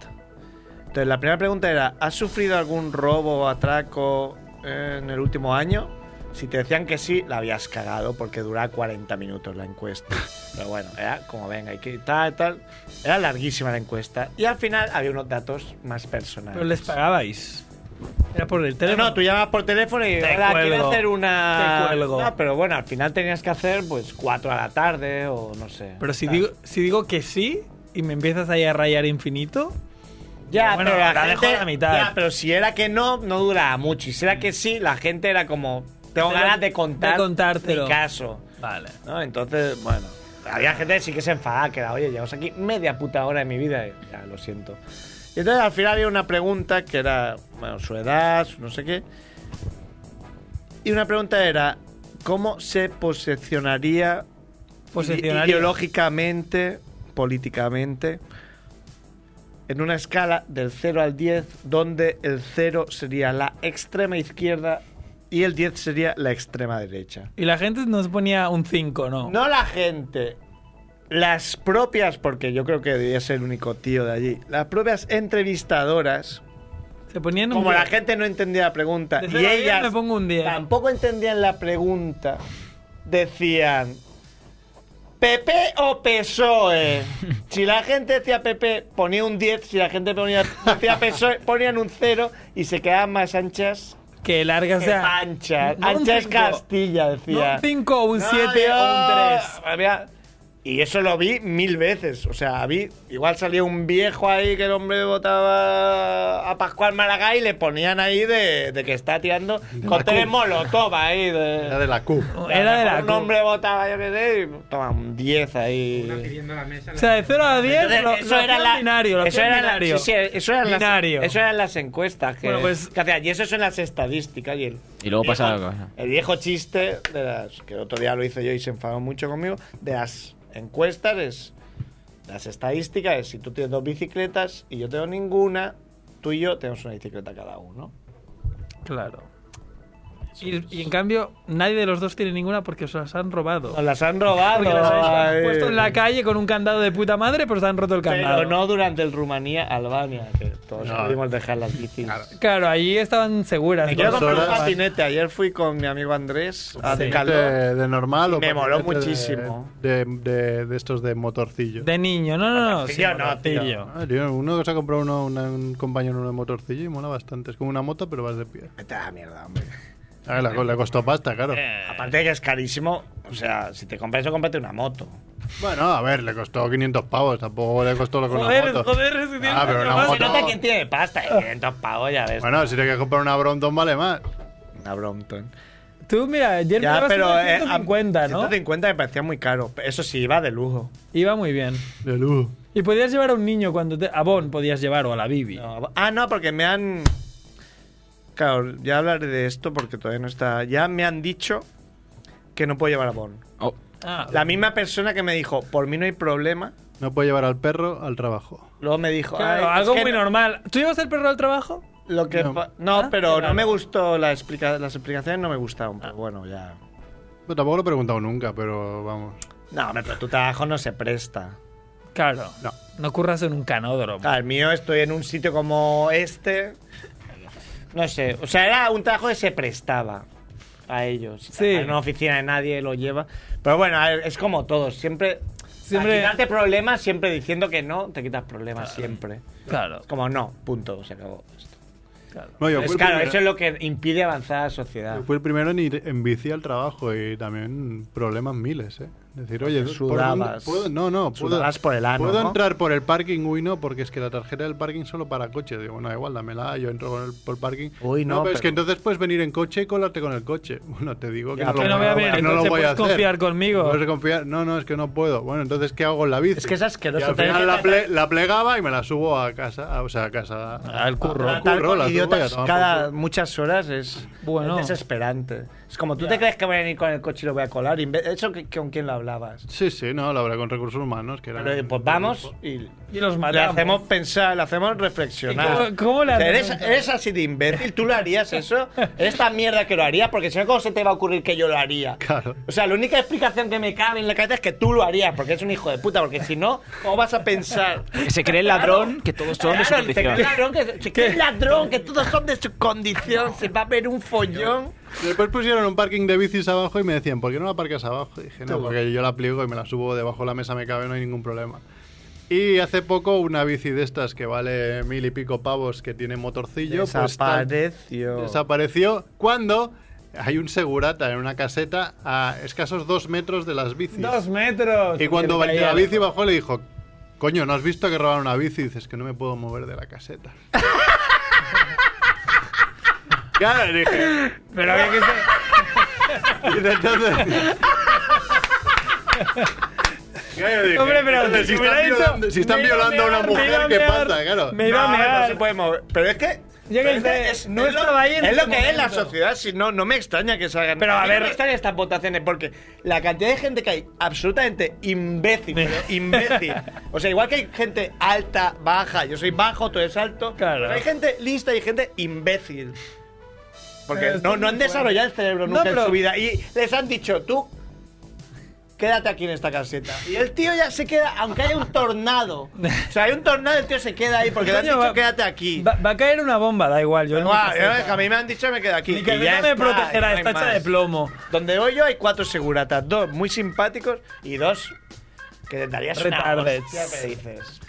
Entonces, la primera pregunta era: ¿has sufrido algún robo o atraco eh, en el último año? Si te decían que sí, la habías cagado porque duraba 40 minutos la encuesta. Pero bueno, era como venga, y que tal, tal. Era larguísima la encuesta. Y al final había unos datos más personales.
Pero les pagabais. Era por el
No,
teléfono.
no, tú llamabas por teléfono y
Te
"Hola, quiero
cuelgo.
hacer una.
Te cuelgo.
No, pero bueno, al final tenías que hacer pues 4 a la tarde o no sé.
Pero si
Ah.
digo, si digo que sí y me empiezas ahí a rayar infinito.
Ya,
Bueno,
pero la,
la dejo
gente-
a la mitad.
Ya, pero si era que no, no duraba mucho. Y si era que sí, la gente era como. Tengo
De-
ganas de contar
de contártelo.
mi caso.
Vale.
¿no? Entonces, bueno. Había gente que sí que se enfadaba, que era, oye, llevamos aquí media puta hora de mi vida. Y, ya, lo siento. Y entonces al final había una pregunta que era, bueno, su edad, su no sé qué. Y una pregunta era, ¿cómo se posicionaría
Posicionario.
ideológicamente, políticamente, en una escala del 0 al 10, donde el 0 sería la extrema izquierda y el 10 sería la extrema derecha?
Y la gente nos ponía un 5, ¿no?
No la gente. Las propias, porque yo creo que debía ser el único tío de allí, las propias entrevistadoras,
Se ponían un
como la
diez.
gente no entendía la pregunta
De
y
cero a diez
ellas
me pongo un diez.
tampoco entendían la pregunta, decían PP o PSOE. Si la gente decía PP, E, ponía un 10. Si la gente ponía, decía PSOE, ponían un 0 y se quedaban más anchas
que larga
Qué
sea.
ancha.
no un
ancha es
cinco,
Castilla,
No
decía.
un 5, un
No,
7
yo-
o un 3.
había- Y eso lo vi mil veces. O sea, vi. Igual salía un viejo ahí que el hombre votaba a Pascual Maragall y le ponían ahí de, de que está tirando con tres molotov ahí.
Era
De,
de la Q.
O sea,
Era de
mejor
la
Un
Q.
hombre votaba, yo qué sé, y toma un 10 ahí.
pidiendo la mesa.
O sea, de 0 a 10
Entonces,
lo, lo hacían
la-
binario. Lo
eso
hacían
era la-
binario.
sí, sí, eso eran las-
Binario.
eso eran las encuestas que,
Bueno, pues-
que hacían. Y eso son las estadísticas. Y el,
Y luego pasa
viejo-
la cosa.
El viejo chiste, de las, que el otro día lo hice yo y se enfadó mucho conmigo, de las encuestas es. Las estadísticas es: si tú tienes dos bicicletas y yo tengo ninguna, tú y yo tenemos una bicicleta cada uno.
Claro. Y, y en cambio, nadie de los dos tiene ninguna porque se las han robado.
Nos las han robado.
Porque las han
ay.
puesto en la calle con un candado de puta madre, pero se han roto el candado.
Pero no durante el Rumanía-Albania, que todos pudimos dejar las bicis.
Claro, allí estaban seguras.
Me quiero
¿no?
comprar un
horas.
patinete. Ayer fui con mi amigo Andrés a
Sí.
de calor.
De, de normal o
Ah, Me moló
patinete de-
muchísimo.
De, de- de estos de motorcillo.
De niño, no, no, no.
Tío,
sí,
no, tío.
tío.
Ah, tío, uno se ha comprado uno, una- un compañero uno de motorcillo y mola bastante. Es como una moto, pero vas de pie.
Vete a la mierda, hombre.
A ver, la- le costó pasta, claro.
Aparte de que es carísimo, o sea, si te compras eso, cómprate una moto.
Bueno, a ver, le costó 500 pavos. Tampoco le costó lo con una
Joder,
moto.
joder, ese tío
Ah, pero
no
una
pasa
Se
moto-
nota quién tiene pasta, eh, 500 pavos, ya ves.
Bueno, si tienes que comprar una Brompton, vale más.
Una Brompton.
Tú, mira, ayer
Ya,
me
pero.
pero,
eh, a-
150, ¿no?
150 me parecía muy caro. Eso sí, iba de lujo.
Iba muy bien.
De luz.
Y podías llevar a un niño cuando te... A Bon podías llevar o a la Bibi.
No, ah, no, porque me han. Claro, ya hablaré de esto porque todavía no está. Ya me han dicho que no puedo llevar a Bon.
Oh,
Ah,
La misma persona que me dijo, por mí no hay problema.
No puedo llevar al perro al trabajo.
Luego me dijo,
claro,
"Ay, es
algo
que
muy
no-
normal. ¿Tú llevas el perro al trabajo?
Lo que
No.
no, no
Ah,
pero
claro.
no me gustó la explica las explicaciones, no me gustaron. Pero bueno, ya.
Pero tampoco lo he preguntado nunca, pero vamos.
No, hombre, pero tu trabajo no se presta.
Claro.
No.
No curras en un canódromo.
Claro, el mío estoy en un sitio como este. No sé, o sea, era un trabajo que se prestaba a ellos.
Sí.
En una oficina de nadie lo lleva. Pero bueno, a ver, es como todos, siempre.
Siempre-
Siempre. quitarte problemas, siempre diciendo que no, te quitas problemas siempre.
Claro,
Es como no, punto, se acabó. esto.
claro.
No, yo
Es
fui el
claro,
primero-
eso es lo que impide avanzar a la sociedad.
yo fui el primero en ir en bici al trabajo y también problemas miles, ¿eh? Decir, oye, ¿por dónde
Sudabas.
puedo- no, no, puedo,
Sudabas por el ano,
¿puedo
¿no?
entrar por el parking? Uy, no, porque es que la tarjeta del parking solo para coche. Digo, bueno, da igual, dámela, yo entro con el, por el parking.
Uy, no,
pero, es
pero-
que entonces puedes venir en coche y colarte con el coche. Bueno, te digo que
Ya,
no, lo,
pero no
voy
voy
a-
a venir
que
en
no lo
coche,
voy a
puedes
hacer.
confiar conmigo.
Puedes confiar. No, no, es que no puedo. Bueno, entonces, ¿qué hago en la bici?
Es que es asqueroso
Y al
tener que
final la,
tratar-
ple- la plegaba y me la subo a casa, a- o sea, a casa.
Al curro.
Al
Tratar
curro,
con
la subo y a
idiotas
tomar por
cada
culo.
muchas horas es,
Bueno.
es desesperante. Es como, ¿tú te crees que voy a venir con el coche y lo voy a colar? Y en vez- ¿Eso que- con quién lo hablabas?
Sí, sí, no, la verdad, con recursos humanos. Que era
Pero, eh, pues vamos y
Y los
le
matamos.
hacemos pensar, le hacemos reflexionar.
¿Y cómo- cómo le
O sea, eres,
hacemos?
eres así de imbécil, tú lo harías eso. Esta mierda que lo harías, porque si no, ¿cómo se te va a ocurrir que yo lo haría?
Claro.
O sea, la única explicación que me cabe en la cabeza es que tú lo harías, porque es un hijo de puta, porque si no, ¿cómo vas a pensar?
que se cree el ladrón, que todos son de su
Claro, se cree
condición.
ladrón, que, se cree ladrón, que todos son de su condición, se va a ver un follón.
Después pusieron un parking de bicis abajo y me decían, ¿por qué no la parcas abajo? Y dije, no, porque yo la pliego y me la subo debajo de la mesa, me cabe, no hay ningún problema. Y hace poco una bici de estas que vale mil y pico pavos, que tiene motorcillo, pues, tan-
Desapareció.
desapareció cuando hay un segurata en una caseta a escasos dos metros de las bicis.
Dos metros.
Y cuando
Que le
la
caía.
bici bajó le dijo, coño, ¿no has visto que robaron una bici? Y dices que no me puedo mover de la caseta. claro, le dije.
Pero había que ser-
y de entonces... Claro, dije,
Hombre, pero
entonces, si
me hubiera
están,
dicho,
violando, si están
me iba a
violando a una
mear, me iba
mujer,
a
¿qué
mear,
pasa? Claro.
Me iba a
No, no
mear.
se puede mover. Pero es que.
Llega
pero
y
es
dice,
que es-
no
es lo-
estaba ahí en
Es lo
ese
que es la
momento.
sociedad, si no, no me extraña que salgan.
Pero a
mí
ver-
No me extrañan estas votaciones porque la cantidad de gente que hay, absolutamente imbécil, pero imbécil. O sea, igual que hay gente alta, baja, yo soy bajo, tú eres alto.
Claro.
pero hay gente lista y gente imbécil.
Pero
Porque
esto
no,
es
no
muy
han desarrollado el cerebro
No,
nunca
pero-
en su vida. Y les han dicho, tú, quédate aquí en esta caseta. Y el tío ya se queda, aunque haya un tornado. O sea, hay un tornado, el tío se queda ahí porque le han
Coño,
dicho,
va-
quédate aquí. Pues
Va, va a caer una bomba, da igual. Yo no
Guau, yo, a mí me han dicho que me quedo aquí.
Ni
y
que
ya
no me
está, y
protegerá,
no hay
esta hecha
más.
de plomo.
Donde voy yo hay cuatro seguratas, dos muy simpáticos y dos que te darías una
Retardes.
hostia, me dices.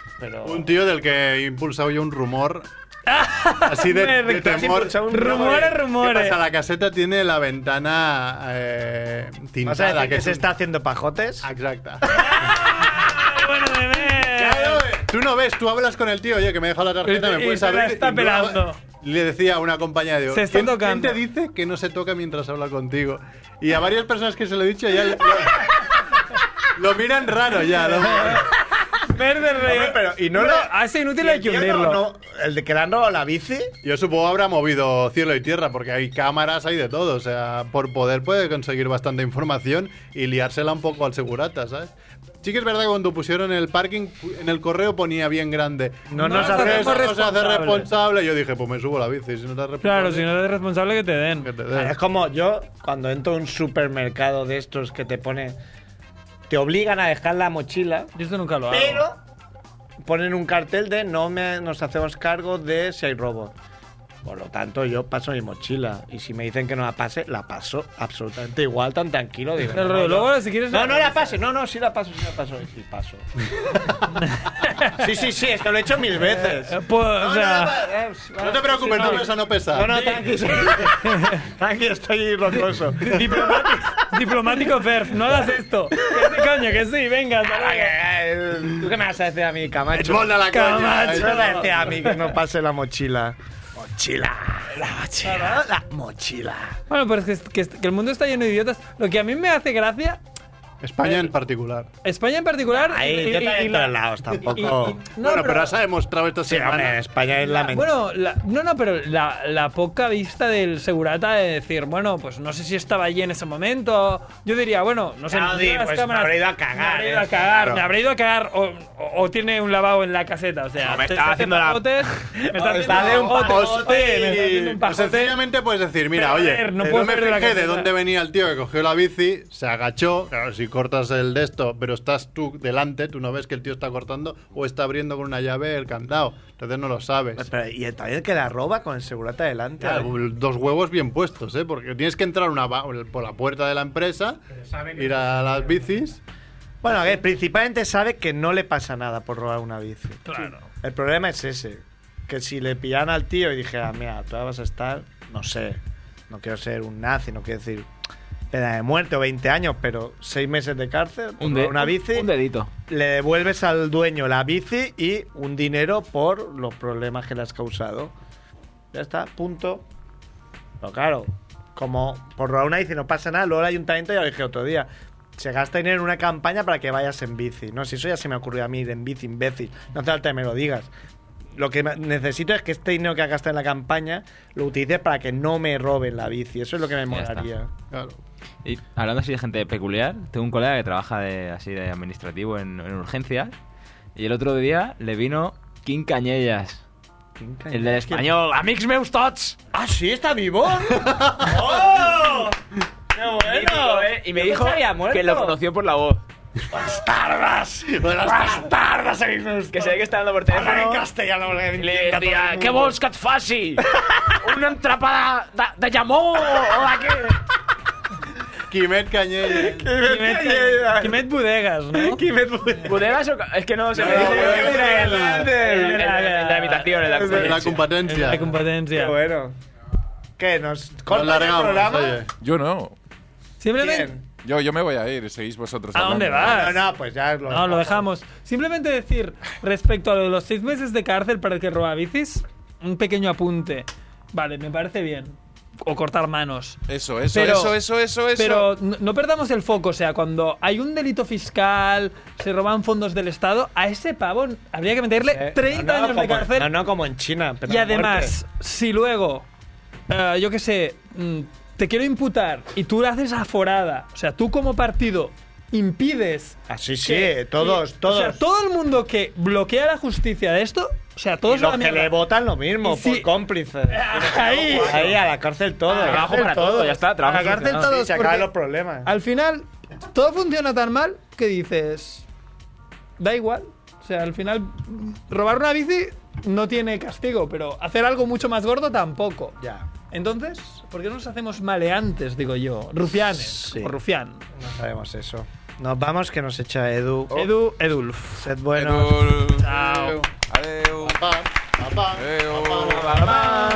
Pero...
Un tío del que impulsaba yo un rumor Así de,
Me
de
recuerda
temor.
siempre a un Rumores,
¿Qué
rumores.
¿eh? pasa? La caseta tiene la ventana eh,
¿Vas a
tintada.
decir que,
es
se
un-
está haciendo pajotes?
Exacta.
Bueno, bebé.
Tú no ves, tú hablas con el tío, oye, que me ha dejado la tarjeta,
Y-
me
y
puedes
te la
abrir.
está
Y no-
pelando.
Le decía a una compañía de
Se está
¿quién,
tocando.
¿Quién te dice que no se toca mientras habla contigo? Y a varias personas que se lo he dicho ya le- lo, lo miran raro ya. ¿no?
Verde rey.
pero- y no
Hombre,
lo-
Hace inútil
El tío
ayudarlo.
no- no- el de que le han robado la bici.
Yo supongo habrá movido cielo y tierra porque hay cámaras, hay de todo. O sea, por poder puede conseguir bastante información y liársela un poco al segurata, ¿sabes? Sí que es verdad que cuando pusieron el parking, en el correo ponía bien grande.
No nos hacemos
no se hace
responsables".
responsable. Yo dije, pues me subo a la bici, si no te haces
Claro,
responsable,
si no eres responsable que te den.
que te den.
Claro, Es como yo, cuando entro a un supermercado de estos que te pone. Te obligan a dejar la mochila,
Yo esto nunca lo hago.
pero ponen un cartel de no me- nos hacemos cargo de si hay robo. Por lo tanto, yo paso mi mochila. Y si me dicen que no la pase, la paso absolutamente igual, tan tranquilo. Digo,
Pero
no, no,
luego,
yo-
si quieres,
No,
la
no la pase. No, no, sí la paso, sí la paso. Y paso. sí, sí, sí, esto lo he hecho mil veces.
Eh, pues, o sea,
No te preocupes, no, eso no pesa.
No, no, tranqui. tranqui, estoy rocoso.
diplomático, diplomático Ferf, no hagas esto. Que sí, coño, que sí, venga. hasta luego.
¿Tú qué me vas a decir a mí, Camacho?
Es bola la coña,
Camacho,
es
¿qué me
bola.
vas a decir a mí que no pase la mochila? Mochila. La mochila. La mochila.
Bueno, pero es que, que- que el mundo está lleno de idiotas. Lo que a mí me hace gracia,
España en particular.
España en particular. y-
Ahí,
y-
yo también
y-
en todos lados, tampoco.
y- no,
bueno,
pero-
pero, has demostrado esta
Sí,
semana.
hombre, en España es lamentable.
Bueno, la- no, no, pero la, la poca vista del segurata de decir, bueno, pues no sé si estaba allí en ese momento. Yo diría, bueno, no sé,
Claro,
mira
di,
las
pues me habré ido a cagar,
Me habré ido a
¿eh?
cagar,
Claro.
me habré ido a cagar o, o- o tiene un lavado en la caseta. O sea,
No, me
te
estaba haciendo la-
pajotes, me está
Me está haciendo
haciendo
un
pajotes,
pajote
me está haciendo un
Pues
pajote.
sencillamente puedes decir, mira,
Pero, a
oye, eh,
ver, no
no,
puedo
me
perder la
fijé de
cabeza.
dónde venía el tío que cogió la bici, se agachó, claro, si cortas el de esto, pero estás tú delante, tú no ves que el tío está cortando o está abriendo con una llave el candado, entonces no lo sabes.
Pero, y el también el que la roba con el segurata delante.
Claro, dos huevos bien puestos, ¿eh? Porque tienes que entrar una va- por la puerta de la empresa, ir a las bicis.
Bueno, a ver, principalmente sabe que no le pasa nada por robar una bici.
Claro.
El problema es ese. Que si le pillan al tío y dije, ah, mira, tú ahora vas a estar, no sé, no quiero ser un nazi, no quiero decir pena de muerte o 20 años, pero seis meses de cárcel, por robar una bici,
Un dedito.
le devuelves al dueño la bici y un dinero por los problemas que le has causado. Ya está, punto. Pero claro, como por robar una bici no pasa nada, luego el ayuntamiento, ya lo dije otro día, se gasta dinero en una campaña para que vayas en bici. No, si eso ya se me ocurrió a mí, ir en bici, imbécil. No hace falta que me lo digas. Lo que me- necesito es que este dinero que has gastado en la campaña lo utilices para que no me roben la bici. Eso es lo que me
Ya está.
molaría.
Claro.
Y hablando así de gente peculiar, tengo un colega que trabaja de, así de administrativo en, en urgencias. Y el otro día le vino Kim Cañellas, el del español. ¡Amics meus tots!
¡Ah, sí! ¡Está vivo! ¡Oh! ¡Qué bueno!
¿eh? Y me dijo que lo conoció por la voz.
¡Bastardas! ¡Bastardas!
Que se ve que está hablando por teléfono.
castellano!
Y le decía, ¿qué vols que et faci? Una entrapada de, de llamó o de què?
Quimet Cañellas.
Quimet, Quimet Bodegas, ¿no?
¿Bodegas o...? ca- Es que no se me
No,
dice.
bodegas.
El- el- el- el de la habitación, el de la
De la
habitación.
competencia.
La competencia.
bueno. ¿Qué? ¿Nos
Nos
corta el
largamos,
programa?
oye.
Yo no.
Simplemente.
¿Quién?
Yo, yo me voy a ir, seguís vosotros.
¿A dónde
hablando.
vas?
Pues No, no, pues ya lo
No, lo dejamos. Simplemente decir, respecto a lo de los seis meses de cárcel para el que roba bicis, un pequeño apunte. Vale, me parece bien. O cortar manos.
Eso, eso,
Pero-
eso, eso, eso, eso.
Pero no no perdamos el foco, o sea, cuando hay un delito fiscal, se roban fondos del Estado, a ese pavo habría que meterle
Eh,
30
no, no,
años de
como-
cárcel.
No, no, como en China. pero
y
de
además,
muerte.
si luego, eh, yo qué sé, mm, te quiero imputar y tú la haces aforada, o sea, tú como partido impides
Así sí,
que-
todos,
y-
todos.
O sea, todo el mundo que bloquea la justicia de esto, o sea,
Y
todos
los
la
que
mierda. Ah,
le votan lo mismo,
Y si-
por cómplices.
Ahí.
Ahí, a la cárcel todo.
Ah, trabajo para todo, ya está, trabajo
A la cárcel
solucionado.
todo.
Sí,
se acaban los problemas.
Al final, todo funciona tan mal que dices, da igual. O sea, al final, mm, robar una bici no tiene castigo, pero hacer algo mucho más gordo tampoco.
Ya.
Entonces, ¿por qué no nos hacemos maleantes, digo yo? Rufianes,
Sí.
o rufián.
No sabemos eso. Nos vamos que nos echa Edu.
Edu, Edulf.
Sed buenos.
Adeu.
Chao.
Adeu.
Papá, papá,
Adeu.
papá.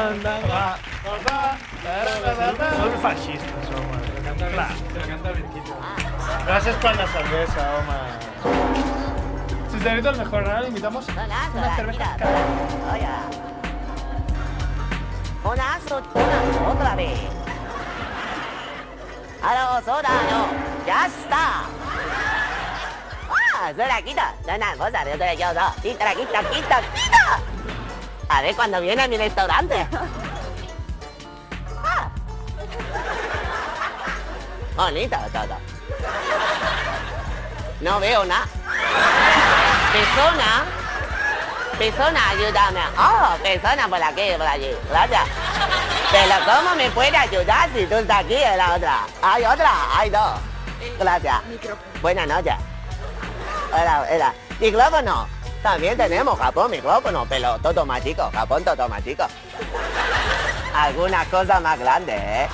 Son fascistas, Omar. Gracias por la cerveza, Omar.
Si te grito el mejor, ahora le invitamos una cerveza.
Una, so- una, otra vez. Aló, soda, no. Ya está. Ah, se la quita. No, no, vos sabés, yo te la quiero, no. Sí, te la quita, quita, quita. A ver cuando viene a mi restaurante. Ah. Bonito todo. No veo nada. Persona. Persona, ayúdame. Oh, persona por aquí, por allí. Gracias. Pero ¿cómo me puede ayudar si tú estás aquí en la otra? Hay otra, hay dos. Gracias. Buenas noches. Hola, hola. Micrófono. También tenemos Japón micrófono, pero todo más chico. Japón todo más chico. Algunas cosas más grandes, ¿eh?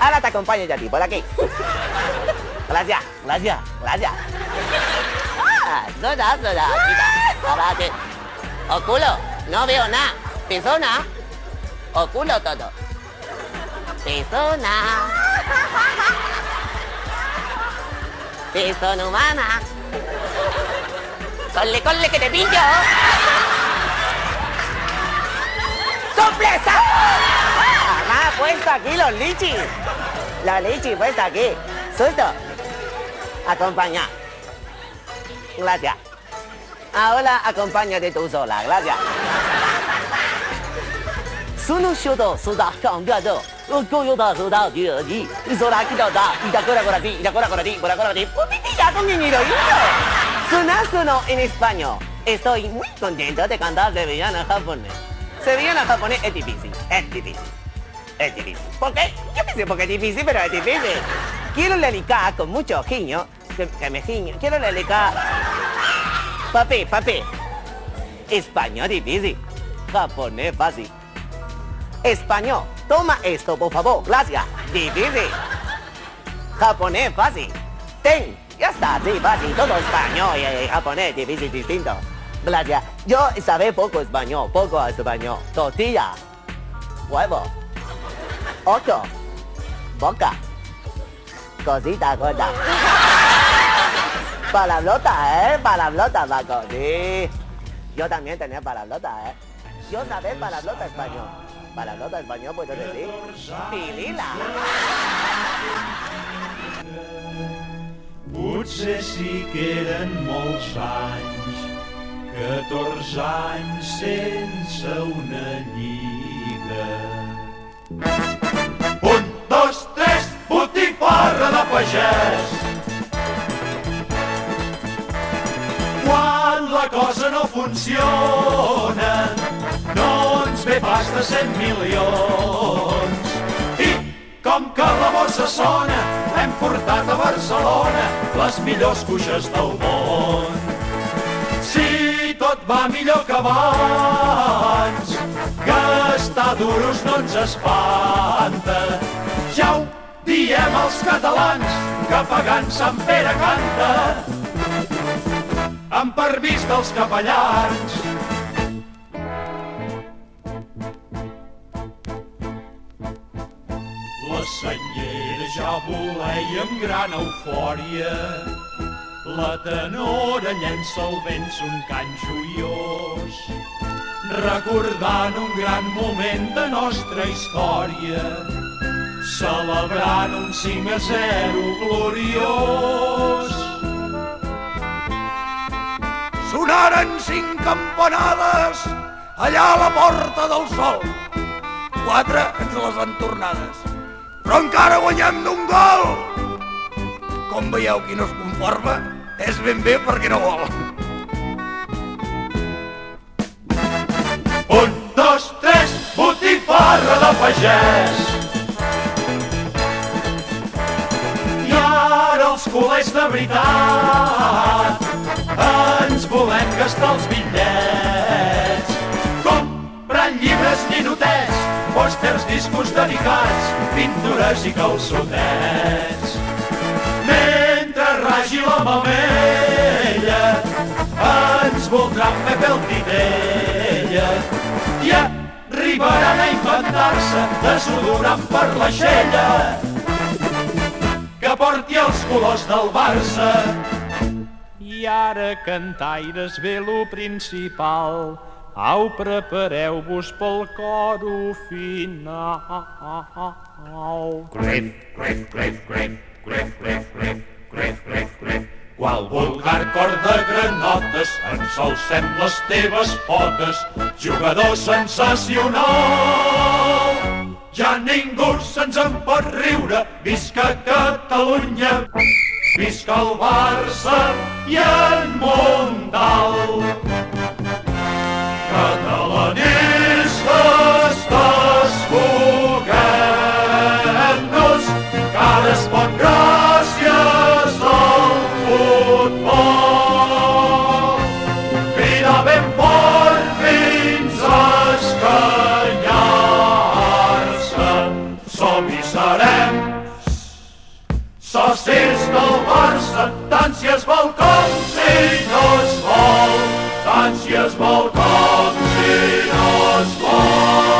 Ahora te acompaño yo a ti, por aquí. Gracias, gracias, gracias. Ah, soda, soda, mira, abate. Oculo, no veo nada. Persona, oculo todo. Persona. Persona humana. Corre, corre, que te pillo. ¡Sorpresa! Mamá, puesto aquí los lichis. Los lichis puesto aquí. Susto. Acompaña. Gracias. Ahora acompáñate tú sola, gracias. Solo yo do, soda, cambiado. Yo da, soda, tío, aquí. Sola, aquí, da, da. Y da, cora, cora, ti, y da, cora, cora, ti, cora, cora, ti. Putitilla, con dinero, yo. Sona, sono en español. Estoy muy contento de cantar sevillana japonés. Sevillana japonés es difícil, es difícil. Es difícil. ¿Por qué? Yo pensé porque es difícil, pero es difícil. Quiero lelicar con mucho ojiño. Que, que me ciño. Quiero lelicar. Papi, papi. Español difícil. Japonés fácil. Español. Toma esto, por favor. Gracias. Difícil. Japonés fácil. Ten. Ya está, sí, fácil. Todo español y eh, japonés difícil distinto. Gracias. Yo sabé poco español, poco español. Tortilla. Huevo. Ocho. Boca. Cosita gorda. Palablota, ¿eh? Palablota, Paco. Sí. Yo también tenía palablota, ¿eh? Yo sabía palablota español. Palablota español, pues yo te digo. Pilila.
Potser sí que eren molts anys, 14 anys sense una lliga. Un, dos, tres, botifarra de pagès. Quan la cosa no funciona, no ens ve pas de 100 milions. I com que la bossa sona, hem portat a Barcelona les millors cuixes del món. Si tot va millor que abans, gastar duros no ens espanta. Ja ho diem els catalans, que pagant Sant Pere canta. Amb permís dels capellans, La senyera ja voleia amb gran eufòria. La tenora llença al vent un cant joiós, recordant un gran moment de nostra història, celebrant un 5 a 0 gloriós. Sonaren cinc campanades allà a la Porta del Sol. Quatre ens les han tornades però encara guanyem d'un gol. Com veieu qui no es conforma és ben bé perquè no vol. Un, dos, tres, botifarra de pagès. I ara els culers de veritat ens volem gastar els bitllets. Comprant llibres ninotets, pòsters, discos dedicats, pintures i calçotets. Mentre ragi la mamella, ens voldran fer pel titella. I arriba arribaran a inventar-se desodorant per la xella que porti els colors del Barça.
I ara, cantaires, ve lo principal. Au, prepareu-vos pel coro final.
Cref, cref, cref, cref, cref, cref, cref, cref, cref, cref. Qual vulgar cor de granotes, ensalcem les teves potes, jugador sensacional. Ja ningú se'ns en pot riure, visca Catalunya, visca el Barça i el Mundial. Catalanistes, desfoguem-nos, que ara es pot gràcies al futbol. Crida ben fort fins a escanyar-se, som i serem Socis del Barça, tant si es vol com si no es vol, tant si es vol com si no es vol.